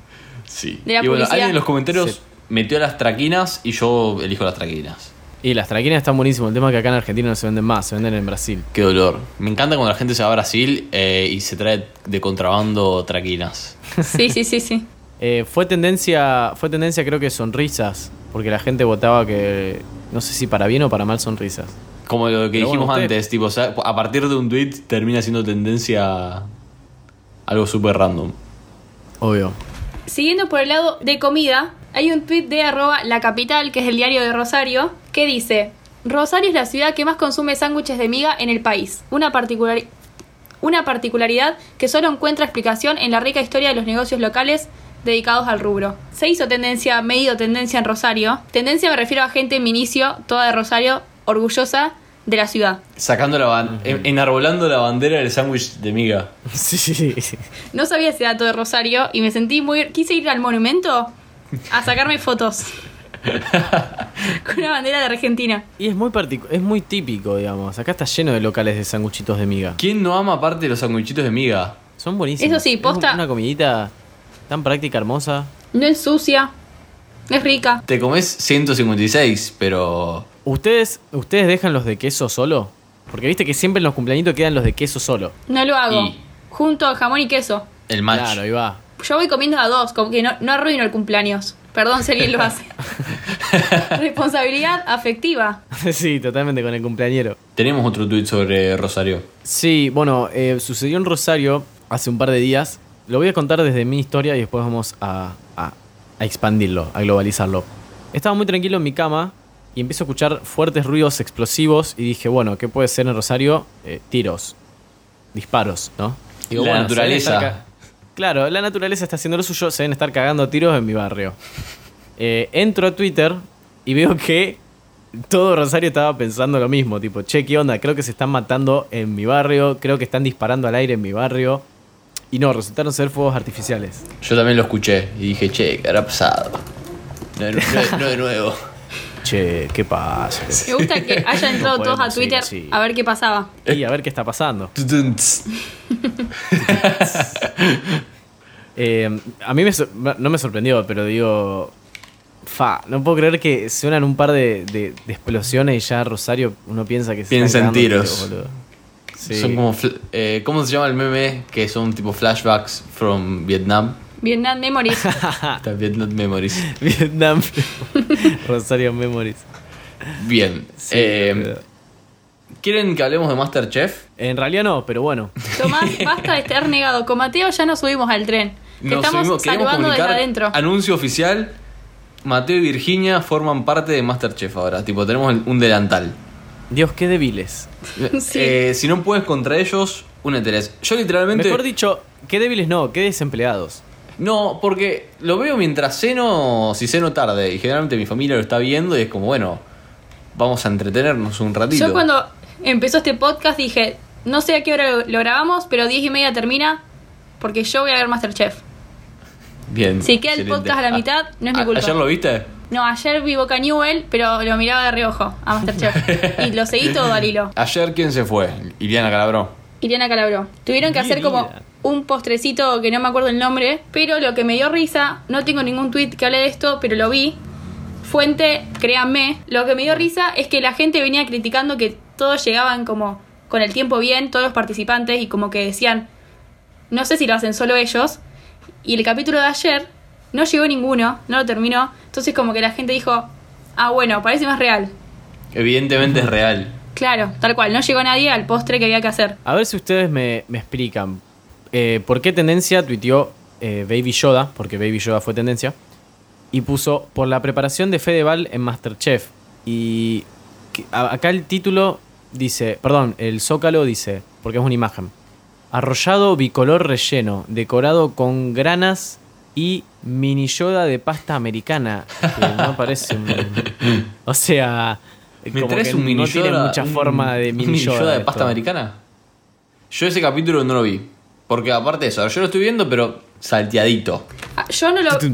[SPEAKER 2] Sí.
[SPEAKER 1] De la
[SPEAKER 2] y bueno,
[SPEAKER 1] publicidad.
[SPEAKER 2] alguien en los comentarios
[SPEAKER 3] Sí.
[SPEAKER 2] metió las traquinas y yo elijo las traquinas.
[SPEAKER 3] Y las traquinas están buenísimas. El tema es que acá en Argentina no se venden más, se venden en Brasil.
[SPEAKER 2] Qué dolor. Me encanta cuando la gente se va a Brasil eh, y se trae de contrabando traquinas.
[SPEAKER 1] Sí, sí, sí,
[SPEAKER 3] *laughs*
[SPEAKER 1] sí.
[SPEAKER 3] Eh, fue tendencia, fue tendencia creo que sonrisas, porque la gente votaba que no sé si para bien o para mal sonrisas.
[SPEAKER 2] Como lo que
[SPEAKER 3] Pero bueno,
[SPEAKER 2] dijimos
[SPEAKER 3] usted-
[SPEAKER 2] antes, tipo, o sea, a partir de un tweet termina siendo tendencia algo súper random.
[SPEAKER 3] Obvio.
[SPEAKER 1] Siguiendo por el lado de comida, hay un tweet de arroba la capital, que es el diario de Rosario, que dice, Rosario es la ciudad que más consume sándwiches de miga en el país. Una, particular- una particularidad que solo encuentra explicación en la rica historia de los negocios locales dedicados al rubro. Se hizo tendencia, medio tendencia en Rosario. Tendencia me refiero a gente en mi inicio, toda de Rosario, orgullosa de la ciudad.
[SPEAKER 2] Sacando la ban- en- enarbolando la bandera del sándwich de miga.
[SPEAKER 3] Sí, *laughs* sí, sí.
[SPEAKER 1] No sabía ese dato de Rosario y me sentí muy... Quise ir al monumento a sacarme
[SPEAKER 2] *laughs*
[SPEAKER 1] fotos. Con una bandera de Argentina.
[SPEAKER 3] Y es muy particu- es muy típico, digamos. Acá está lleno de locales de sanguchitos de miga.
[SPEAKER 2] ¿Quién no ama aparte de los sándwichitos de miga?
[SPEAKER 3] Son buenísimos.
[SPEAKER 1] Eso sí,
[SPEAKER 3] Es
[SPEAKER 1] posta-
[SPEAKER 3] una comidita tan práctica, hermosa.
[SPEAKER 1] No es sucia. Es rica.
[SPEAKER 2] Te comes 156, pero
[SPEAKER 3] ¿Ustedes, ¿Ustedes dejan los de queso solo? Porque viste que siempre en los cumpleañitos quedan los de queso solo.
[SPEAKER 1] No lo hago.
[SPEAKER 2] Y-
[SPEAKER 1] Junto a jamón y queso.
[SPEAKER 2] el match.
[SPEAKER 3] Claro, ahí va. *laughs*
[SPEAKER 1] Yo voy comiendo a dos, como que no, no arruino el cumpleaños. Perdón si alguien lo
[SPEAKER 2] *laughs*
[SPEAKER 1] hace. Responsabilidad afectiva.
[SPEAKER 3] sí, totalmente con el cumpleañero.
[SPEAKER 2] Tenemos otro tweet sobre Rosario.
[SPEAKER 3] Sí, bueno, eh, sucedió en Rosario hace un par de días. Lo voy a contar desde mi historia y después vamos a, a- a expandirlo, a globalizarlo. Estaba muy tranquilo en mi cama y empiezo a escuchar fuertes ruidos explosivos y dije, bueno, ¿qué puede ser en Rosario? Eh, tiros, disparos, ¿no?
[SPEAKER 2] La
[SPEAKER 3] bueno, se deben
[SPEAKER 2] naturaleza.
[SPEAKER 3] estar ca- Claro, la naturaleza está haciendo lo suyo, se deben estar cagando a tiros en mi barrio. Eh, entro a Twitter y veo que todo Rosario estaba pensando lo mismo, tipo, che, ¿qué onda? Creo que se están matando en mi barrio, creo que están disparando al aire en mi barrio. Y no, resultaron ser fuegos artificiales.
[SPEAKER 2] Yo también lo escuché y dije, che, ¿qué habrá pasado? No de, *laughs* no- no de nuevo.
[SPEAKER 3] Che, ¿qué pasa?
[SPEAKER 1] Me gusta que hayan entrado
[SPEAKER 3] No
[SPEAKER 1] todos a
[SPEAKER 3] podemos ir
[SPEAKER 1] Twitter
[SPEAKER 3] así.
[SPEAKER 1] a ver qué pasaba.
[SPEAKER 3] Y a ver qué está pasando.
[SPEAKER 2] Tudun, tss.
[SPEAKER 3] Eh, a mí me sor- no me sorprendió, pero digo. Fa, no puedo creer que suenan un par de, de- de explosiones y ya Rosario uno piensa que se
[SPEAKER 2] Piensa
[SPEAKER 3] están
[SPEAKER 2] en
[SPEAKER 3] cagando
[SPEAKER 2] tiros.
[SPEAKER 3] boludo. Sí.
[SPEAKER 2] Son como. fl- eh, ¿Cómo se llama el meme? Que son tipo flashbacks from Vietnam.
[SPEAKER 1] Vietnam Memories.
[SPEAKER 2] *laughs* Hasta Vietnam Memories.
[SPEAKER 3] *laughs* Vietnam. *laughs* Rosario Memories.
[SPEAKER 2] Bien.
[SPEAKER 3] Sí,
[SPEAKER 2] eh,
[SPEAKER 3] boludo.
[SPEAKER 2] ¿Quieren que hablemos de Masterchef?
[SPEAKER 3] en realidad no, pero bueno.
[SPEAKER 1] Tomás, basta de estar negado. Con Mateo ya nos subimos al tren. Te
[SPEAKER 2] Nos
[SPEAKER 1] estamos
[SPEAKER 2] subimos- queremos
[SPEAKER 1] saludando desde
[SPEAKER 2] comunicar,
[SPEAKER 1] adentro.
[SPEAKER 2] Anuncio oficial. Mateo y Virginia forman parte de Masterchef ahora. Tipo, tenemos el- un delantal.
[SPEAKER 3] Dios, qué débiles.
[SPEAKER 1] *laughs* Sí.
[SPEAKER 2] Eh, si no puedes contra ellos, úneteles. Yo literalmente.
[SPEAKER 3] Mejor dicho, qué débiles no, qué desempleados.
[SPEAKER 2] No, porque lo veo mientras ceno, si ceno tarde, y generalmente mi familia lo está viendo y es como, bueno, vamos a entretenernos un ratito.
[SPEAKER 1] Yo cuando empezó este podcast dije, no sé a qué hora lo, lo grabamos, pero 10 y media termina porque yo voy a ver Masterchef.
[SPEAKER 2] Bien.
[SPEAKER 1] Si queda el
[SPEAKER 2] excelente.
[SPEAKER 1] podcast a la
[SPEAKER 2] Ah,
[SPEAKER 1] mitad, no es mi
[SPEAKER 2] ah,
[SPEAKER 1] culpa.
[SPEAKER 2] ¿Ayer lo viste?
[SPEAKER 1] No, ayer vi Boca Newell, pero lo miraba de reojo a Masterchef. y lo seguí todo al hilo.
[SPEAKER 2] Ayer, ¿quién se fue? Iliana Calabró.
[SPEAKER 1] Iriana Calabró. Tuvieron que
[SPEAKER 3] Mi
[SPEAKER 1] hacer como
[SPEAKER 3] vida.
[SPEAKER 1] un postrecito que no me acuerdo el nombre, pero lo que me dio risa, no tengo ningún tweet que hable de esto, pero lo vi. Fuente, créanme, lo que me dio risa es que la gente venía criticando que todos llegaban como con el tiempo bien, todos los participantes, y como que decían, no sé si lo hacen solo ellos. Y el capítulo de ayer no llegó ninguno, no lo terminó. Entonces como que la gente dijo, ah bueno, parece más real.
[SPEAKER 2] Evidentemente es real.
[SPEAKER 1] Claro, tal cual, no llegó nadie al postre que había que hacer.
[SPEAKER 3] A ver si ustedes me, me explican. eh, ¿Por qué tendencia tuiteó eh, Baby Yoda? Porque Baby Yoda fue tendencia. Y puso por la preparación de Fedeval en Masterchef. Y que- a- acá el título dice, perdón, el zócalo dice, porque es una imagen. Arrollado bicolor relleno, decorado con granas y mini Yoda de pasta americana. Que no parece un...
[SPEAKER 2] *laughs*
[SPEAKER 3] O sea...
[SPEAKER 2] ¿Me
[SPEAKER 3] como
[SPEAKER 2] traes
[SPEAKER 3] que
[SPEAKER 2] un mini
[SPEAKER 3] no tiene
[SPEAKER 2] Yoda-
[SPEAKER 3] mucha
[SPEAKER 2] un-
[SPEAKER 3] forma de
[SPEAKER 2] un
[SPEAKER 3] mini Yoda
[SPEAKER 2] de
[SPEAKER 3] esto.
[SPEAKER 2] pasta americana? Yo ese capítulo no lo vi. Porque aparte de eso, yo lo estoy viendo, pero salteadito.
[SPEAKER 1] Ah, Yo no lo.
[SPEAKER 2] Este-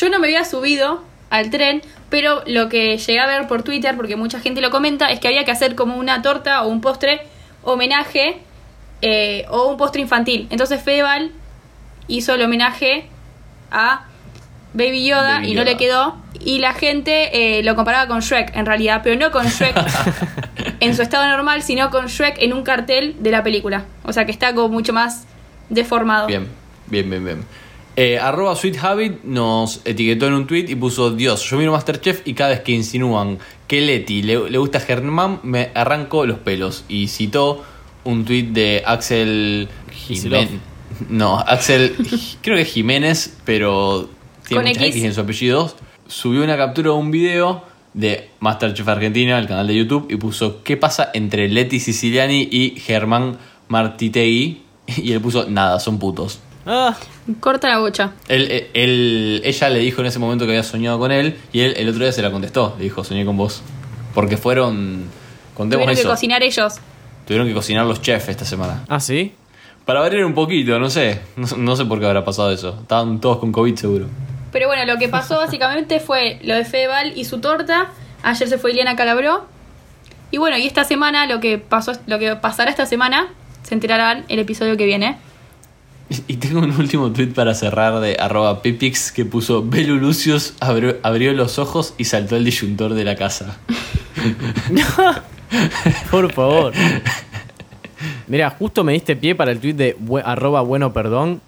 [SPEAKER 1] Yo no me había subido al tren, pero lo que llegué a ver por Twitter, porque mucha gente lo comenta, es que había que hacer como una torta o un postre homenaje eh, o un postre infantil. Entonces Fedeval hizo el homenaje a Baby Yoda
[SPEAKER 2] Baby
[SPEAKER 1] y no
[SPEAKER 2] Yoda.
[SPEAKER 1] le quedó. Y la gente eh, lo comparaba con Shrek en realidad, pero no con
[SPEAKER 2] *laughs*
[SPEAKER 1] Shrek en su estado normal, sino con Shrek en un cartel de la película. O sea que está como mucho más deformado.
[SPEAKER 2] Bien, bien, bien, bien. Eh, arroba Sweet Habit nos etiquetó en un tweet y puso Dios, yo miro Masterchef y cada vez que insinúan que Leti le, le gusta Germán, me arranco los pelos. Y citó un tweet de Axel Jiménez. No, Axel, *laughs* creo que es Jiménez, pero tiene
[SPEAKER 1] Con
[SPEAKER 2] muchas
[SPEAKER 1] X.
[SPEAKER 2] X en su apellido. Subió una captura de un video de Masterchef Argentina, el canal de YouTube, y puso ¿Qué pasa entre Leti Siciliani y Germán Martitegui? Y él puso nada, son putos.
[SPEAKER 3] Ah.
[SPEAKER 1] Corta la bocha.
[SPEAKER 2] Él, eh, él- ella le dijo en ese momento que había soñado con él y él el otro día se la contestó. Le dijo, soñé con vos. Porque fueron... Contemos
[SPEAKER 1] Tuvieron que
[SPEAKER 2] eso.
[SPEAKER 1] cocinar ellos.
[SPEAKER 2] tuvieron que cocinar los chefs esta semana.
[SPEAKER 3] Ah, sí.
[SPEAKER 2] Para variar un poquito, no sé. No, no sé por qué habrá pasado eso. Estaban todos con COVID seguro.
[SPEAKER 1] Pero bueno, lo que pasó básicamente fue lo de Fedeval y su torta. Ayer se fue Ileana Calabró. Y bueno, y esta semana lo que pasó, lo que pasará esta semana, se enterarán el episodio que viene.
[SPEAKER 2] Y tengo un último tweet para cerrar de arroba pipix que puso Belu Lucius abrió, abrió los ojos y saltó el disyuntor de la casa.
[SPEAKER 3] Por favor. Mira, justo me diste pie para el tweet de bue- arroba bueno perdón.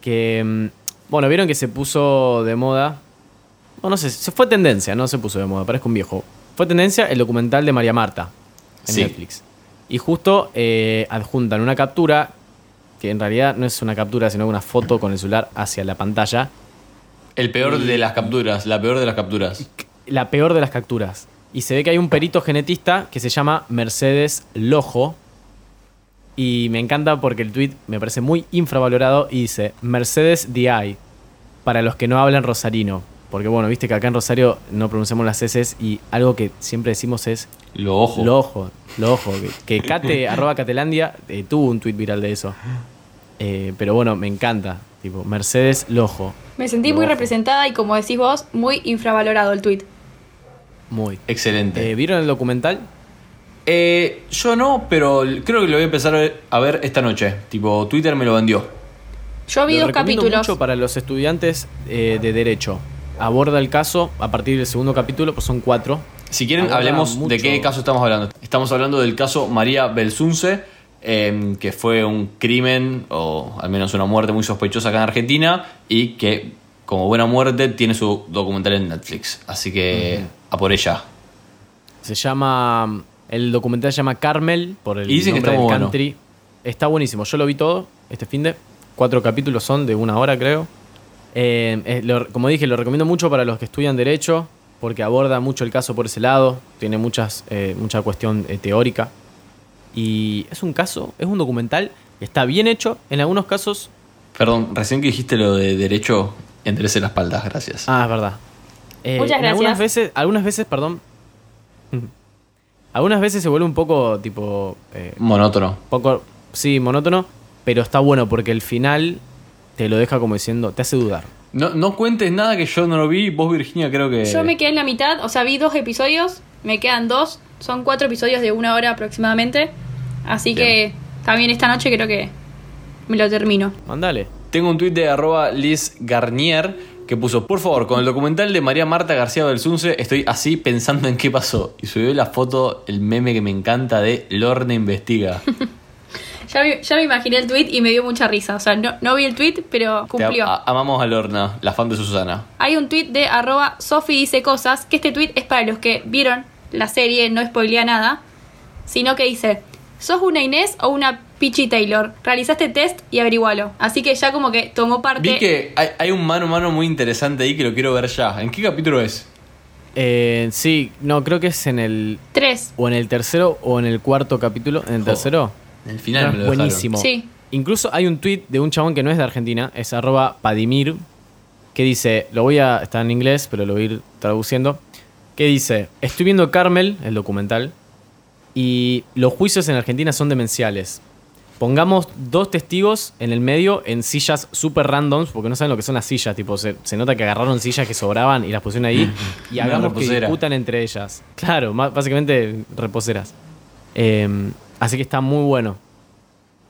[SPEAKER 3] Que, mm, bueno, vieron que se puso de moda. Bueno, no sé, se fue tendencia, no se puso de moda, parezco un viejo. Fue tendencia el documental de María Marta en
[SPEAKER 2] Sí.
[SPEAKER 3] Netflix. Y justo eh, adjuntan una captura, que en realidad no es una captura, sino una foto con el celular hacia la pantalla.
[SPEAKER 2] El peor de las capturas, la peor de las capturas.
[SPEAKER 3] la peor de las capturas. Y se ve que hay un perito genetista que se llama Mercedes Lojo. Y me encanta porque el tweet me parece muy infravalorado y dice Mercedes DI, para los que no hablan rosarino. Porque bueno, viste que acá en Rosario no pronunciamos las S y algo que siempre decimos es
[SPEAKER 2] Lo ojo.
[SPEAKER 3] lo ojo, lo ojo. Que, que Cate, arroba Catelandia, eh, tuvo un tweet viral de eso. Eh, pero bueno, me encanta. Tipo, Mercedes Lojo.
[SPEAKER 1] Me sentí muy
[SPEAKER 3] Lo ojo.
[SPEAKER 1] representada y como decís vos, muy infravalorado el tweet.
[SPEAKER 3] Muy.
[SPEAKER 2] Excelente.
[SPEAKER 3] Eh, ¿Vieron el documental?
[SPEAKER 2] Eh, yo no, pero creo que lo voy a empezar a ver- a ver esta noche. Tipo, Twitter me lo vendió.
[SPEAKER 1] Yo vi
[SPEAKER 3] Lo
[SPEAKER 1] dos
[SPEAKER 3] recomiendo
[SPEAKER 1] capítulos.
[SPEAKER 3] mucho para los estudiantes eh, de Derecho. Aborda el caso a partir del segundo capítulo, pues son cuatro.
[SPEAKER 2] Si quieren,
[SPEAKER 3] Aborda
[SPEAKER 2] hablemos de
[SPEAKER 3] mucho-
[SPEAKER 2] qué caso estamos hablando. Estamos hablando del caso María Belsunce, eh, que fue un crimen, o al menos una muerte muy sospechosa acá en Argentina, y que, como buena muerte, tiene su documental en Netflix. Así que, a por ella.
[SPEAKER 3] Se llama. El documental se llama Carmel, por el
[SPEAKER 2] Y dicen que
[SPEAKER 3] nombre
[SPEAKER 2] está
[SPEAKER 3] del
[SPEAKER 2] muy bueno.
[SPEAKER 3] country. Está buenísimo. Yo lo vi todo este fin de. Cuatro capítulos son de una hora, creo. Eh, eh, lo- como dije, lo recomiendo mucho para los que estudian Derecho, porque aborda mucho el caso por ese lado. Tiene muchas, eh, mucha cuestión eh, teórica. Y es un caso, es un documental. Está bien hecho. En algunos casos.
[SPEAKER 2] Perdón, recién que dijiste lo de derecho, enderece la espalda, gracias.
[SPEAKER 3] Ah, es verdad. Eh,
[SPEAKER 1] Muchas
[SPEAKER 3] en Algunas
[SPEAKER 1] gracias.
[SPEAKER 3] veces, algunas veces, perdón. algunas veces se vuelve un poco tipo. eh,
[SPEAKER 2] Monótono.
[SPEAKER 3] poco, sí, monótono, pero está bueno porque el final te lo deja como diciendo, te hace dudar.
[SPEAKER 2] No, no cuentes nada que yo no lo vi, vos Virginia creo que...
[SPEAKER 1] Yo me quedé en la mitad, o sea, vi dos episodios, me quedan dos, son cuatro episodios de una hora aproximadamente. Así
[SPEAKER 2] Bien.
[SPEAKER 1] que también esta noche creo que me lo termino.
[SPEAKER 3] Mandale.
[SPEAKER 2] Tengo un tuit de arroba Liz Garnier que puso, por favor, con el documental de María Marta García Belsunce estoy así pensando en qué pasó. Y subió la foto, el meme que me encanta de Lorne
[SPEAKER 1] *laughs*
[SPEAKER 2] Investiga.
[SPEAKER 1] Ya me, ya me imaginé el tweet y me dio mucha risa. O sea, no, no vi el tweet, pero
[SPEAKER 2] Te ah.
[SPEAKER 1] cumplió.
[SPEAKER 2] a- amamos a Lorna, la fan de Susana.
[SPEAKER 1] Hay un tweet de arroba Sofi dice cosas, que este tweet es para los que vieron la serie, no spoilea nada, sino que dice, ¿sos una Inés o una Pichi Taylor? Realizaste test y averigualo. Así que ya como que tomó parte...
[SPEAKER 2] Vi que hay, hay un mano a mano muy interesante ahí que lo quiero ver ya. ¿En qué capítulo es?
[SPEAKER 3] Eh, sí, no, creo que es en el.
[SPEAKER 1] Tres.
[SPEAKER 3] O en el tercero o en el cuarto capítulo. En el
[SPEAKER 2] Jo,
[SPEAKER 3] tercero.
[SPEAKER 2] En el final
[SPEAKER 3] No,
[SPEAKER 2] me lo dejaron.
[SPEAKER 3] buenísimo.
[SPEAKER 1] Sí.
[SPEAKER 3] Incluso hay un tweet de un chabón que no es de Argentina, es arroba Padimir, que dice, lo voy a, está en inglés, pero lo voy a ir traduciendo, que dice, estoy viendo Carmel, el documental, y los juicios en Argentina son demenciales. Pongamos dos testigos en el medio en sillas super randoms, porque no saben lo que son las sillas, tipo, se, se nota que agarraron sillas que sobraban y las
[SPEAKER 2] *laughs*
[SPEAKER 3] pusieron ahí, y
[SPEAKER 2] Una
[SPEAKER 3] hagamos que
[SPEAKER 2] reposera.
[SPEAKER 3] discutan entre ellas. Claro, ma- básicamente reposeras. Eh, así que está muy bueno.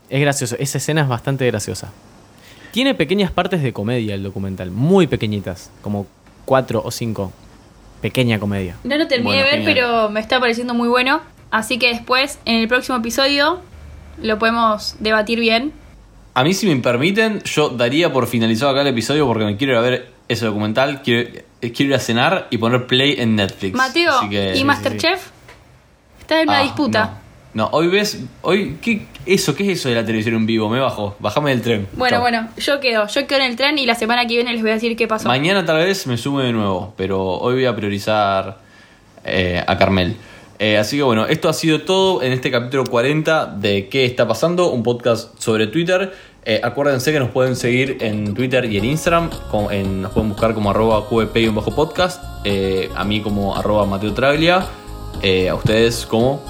[SPEAKER 3] Es gracioso. Esa escena es bastante graciosa. Tiene pequeñas partes de comedia el documental. Muy pequeñitas. Como cuatro o cinco. Pequeña comedia.
[SPEAKER 1] No lo terminé
[SPEAKER 2] Bueno,
[SPEAKER 1] de ver,
[SPEAKER 2] genial.
[SPEAKER 1] pero me está pareciendo muy bueno. Así que después, en el próximo episodio, lo podemos debatir bien.
[SPEAKER 2] A mí, si me permiten, yo daría por finalizado acá el episodio porque me quiero ir a ver ese documental, quiero, eh, quiero ir a cenar y poner play en Netflix.
[SPEAKER 1] Mateo
[SPEAKER 2] Así que-
[SPEAKER 1] y Masterchef, está en una
[SPEAKER 2] Ah,
[SPEAKER 1] disputa.
[SPEAKER 2] No. No, hoy ves, hoy, ¿qué, eso, ¿qué es eso de la televisión en vivo? Me bajo, bajame del tren.
[SPEAKER 1] Bueno,
[SPEAKER 2] Chau.
[SPEAKER 1] bueno, yo quedo. Yo quedo en el tren y la semana que viene les voy a decir qué pasó.
[SPEAKER 2] Mañana tal vez me sume de nuevo, pero hoy voy a priorizar eh, a Carmel. Eh, así que bueno, esto ha sido todo en este capítulo 40 de ¿Qué está pasando? Un podcast sobre Twitter. Eh, acuérdense que nos pueden seguir en Twitter y en Instagram. con- en- nos pueden buscar como arroba QVP y un bajo podcast. eh, a mí como arroba Mateo Traglia. eh, a ustedes como...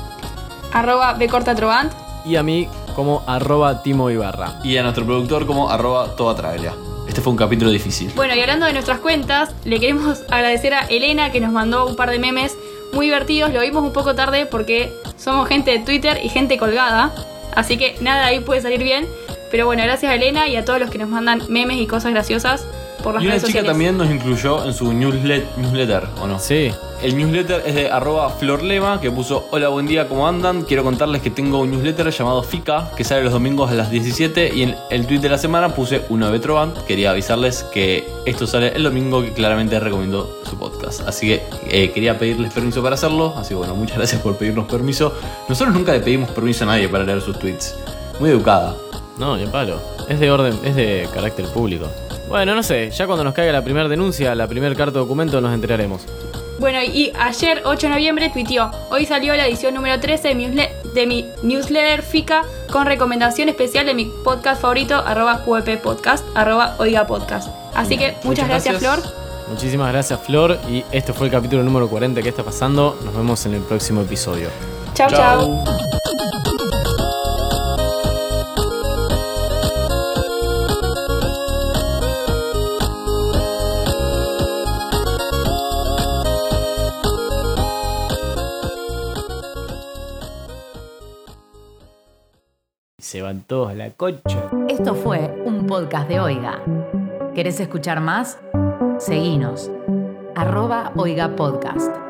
[SPEAKER 1] Arroba bcortatrovant.
[SPEAKER 3] Y a mí como arroba Timo Ibarra.
[SPEAKER 2] Y a nuestro productor como arroba toda Traglia. Este fue un capítulo difícil.
[SPEAKER 1] Bueno, y hablando de nuestras cuentas, le queremos *laughs* agradecer a Elena que nos mandó un par de memes muy divertidos. Lo vimos un poco tarde porque somos gente de Twitter y gente colgada. Así que nada ahí puede salir bien. Pero bueno, gracias a Elena y a todos los que nos mandan memes y cosas graciosas por las
[SPEAKER 2] Y una
[SPEAKER 1] redes
[SPEAKER 2] chica
[SPEAKER 1] sociales.
[SPEAKER 2] también nos incluyó en su newslet- newsletter, ¿o no?
[SPEAKER 3] Sí.
[SPEAKER 2] El newsletter es de arroba florlema que puso Hola, buen día, ¿cómo andan? Quiero contarles que tengo un newsletter llamado Fica que sale los domingos a las 17 y en el tweet de la semana puse uno de Betroban. Quería avisarles que esto sale el domingo que claramente recomiendo su podcast. Así que eh, quería pedirles permiso para hacerlo. Así que bueno, muchas gracias por pedirnos permiso. Nosotros nunca le pedimos permiso a nadie para leer sus tweets. Muy educada.
[SPEAKER 3] No, ni palo. Es de orden, es de carácter público. Bueno, no sé, ya cuando nos caiga la primera denuncia, la primera carta de documento, nos enteraremos.
[SPEAKER 1] Bueno, y ayer, 8 de noviembre, tuiteó, hoy salió la edición número 13 de, mi newsle- de mi newsletter FICA con recomendación especial de mi podcast favorito, arroba QEP podcast, arroba oiga podcast. Así que
[SPEAKER 2] Genial.
[SPEAKER 1] muchas, gracias, Flor.
[SPEAKER 3] Muchísimas gracias, Flor. Y este fue el capítulo número 40 que está pasando. Nos vemos en el próximo episodio.
[SPEAKER 1] Chau, chau.
[SPEAKER 3] Se van todos a la concha.
[SPEAKER 5] Esto fue un podcast de Oiga. ¿Querés escuchar más? Seguinos. Arroba Oiga Podcast.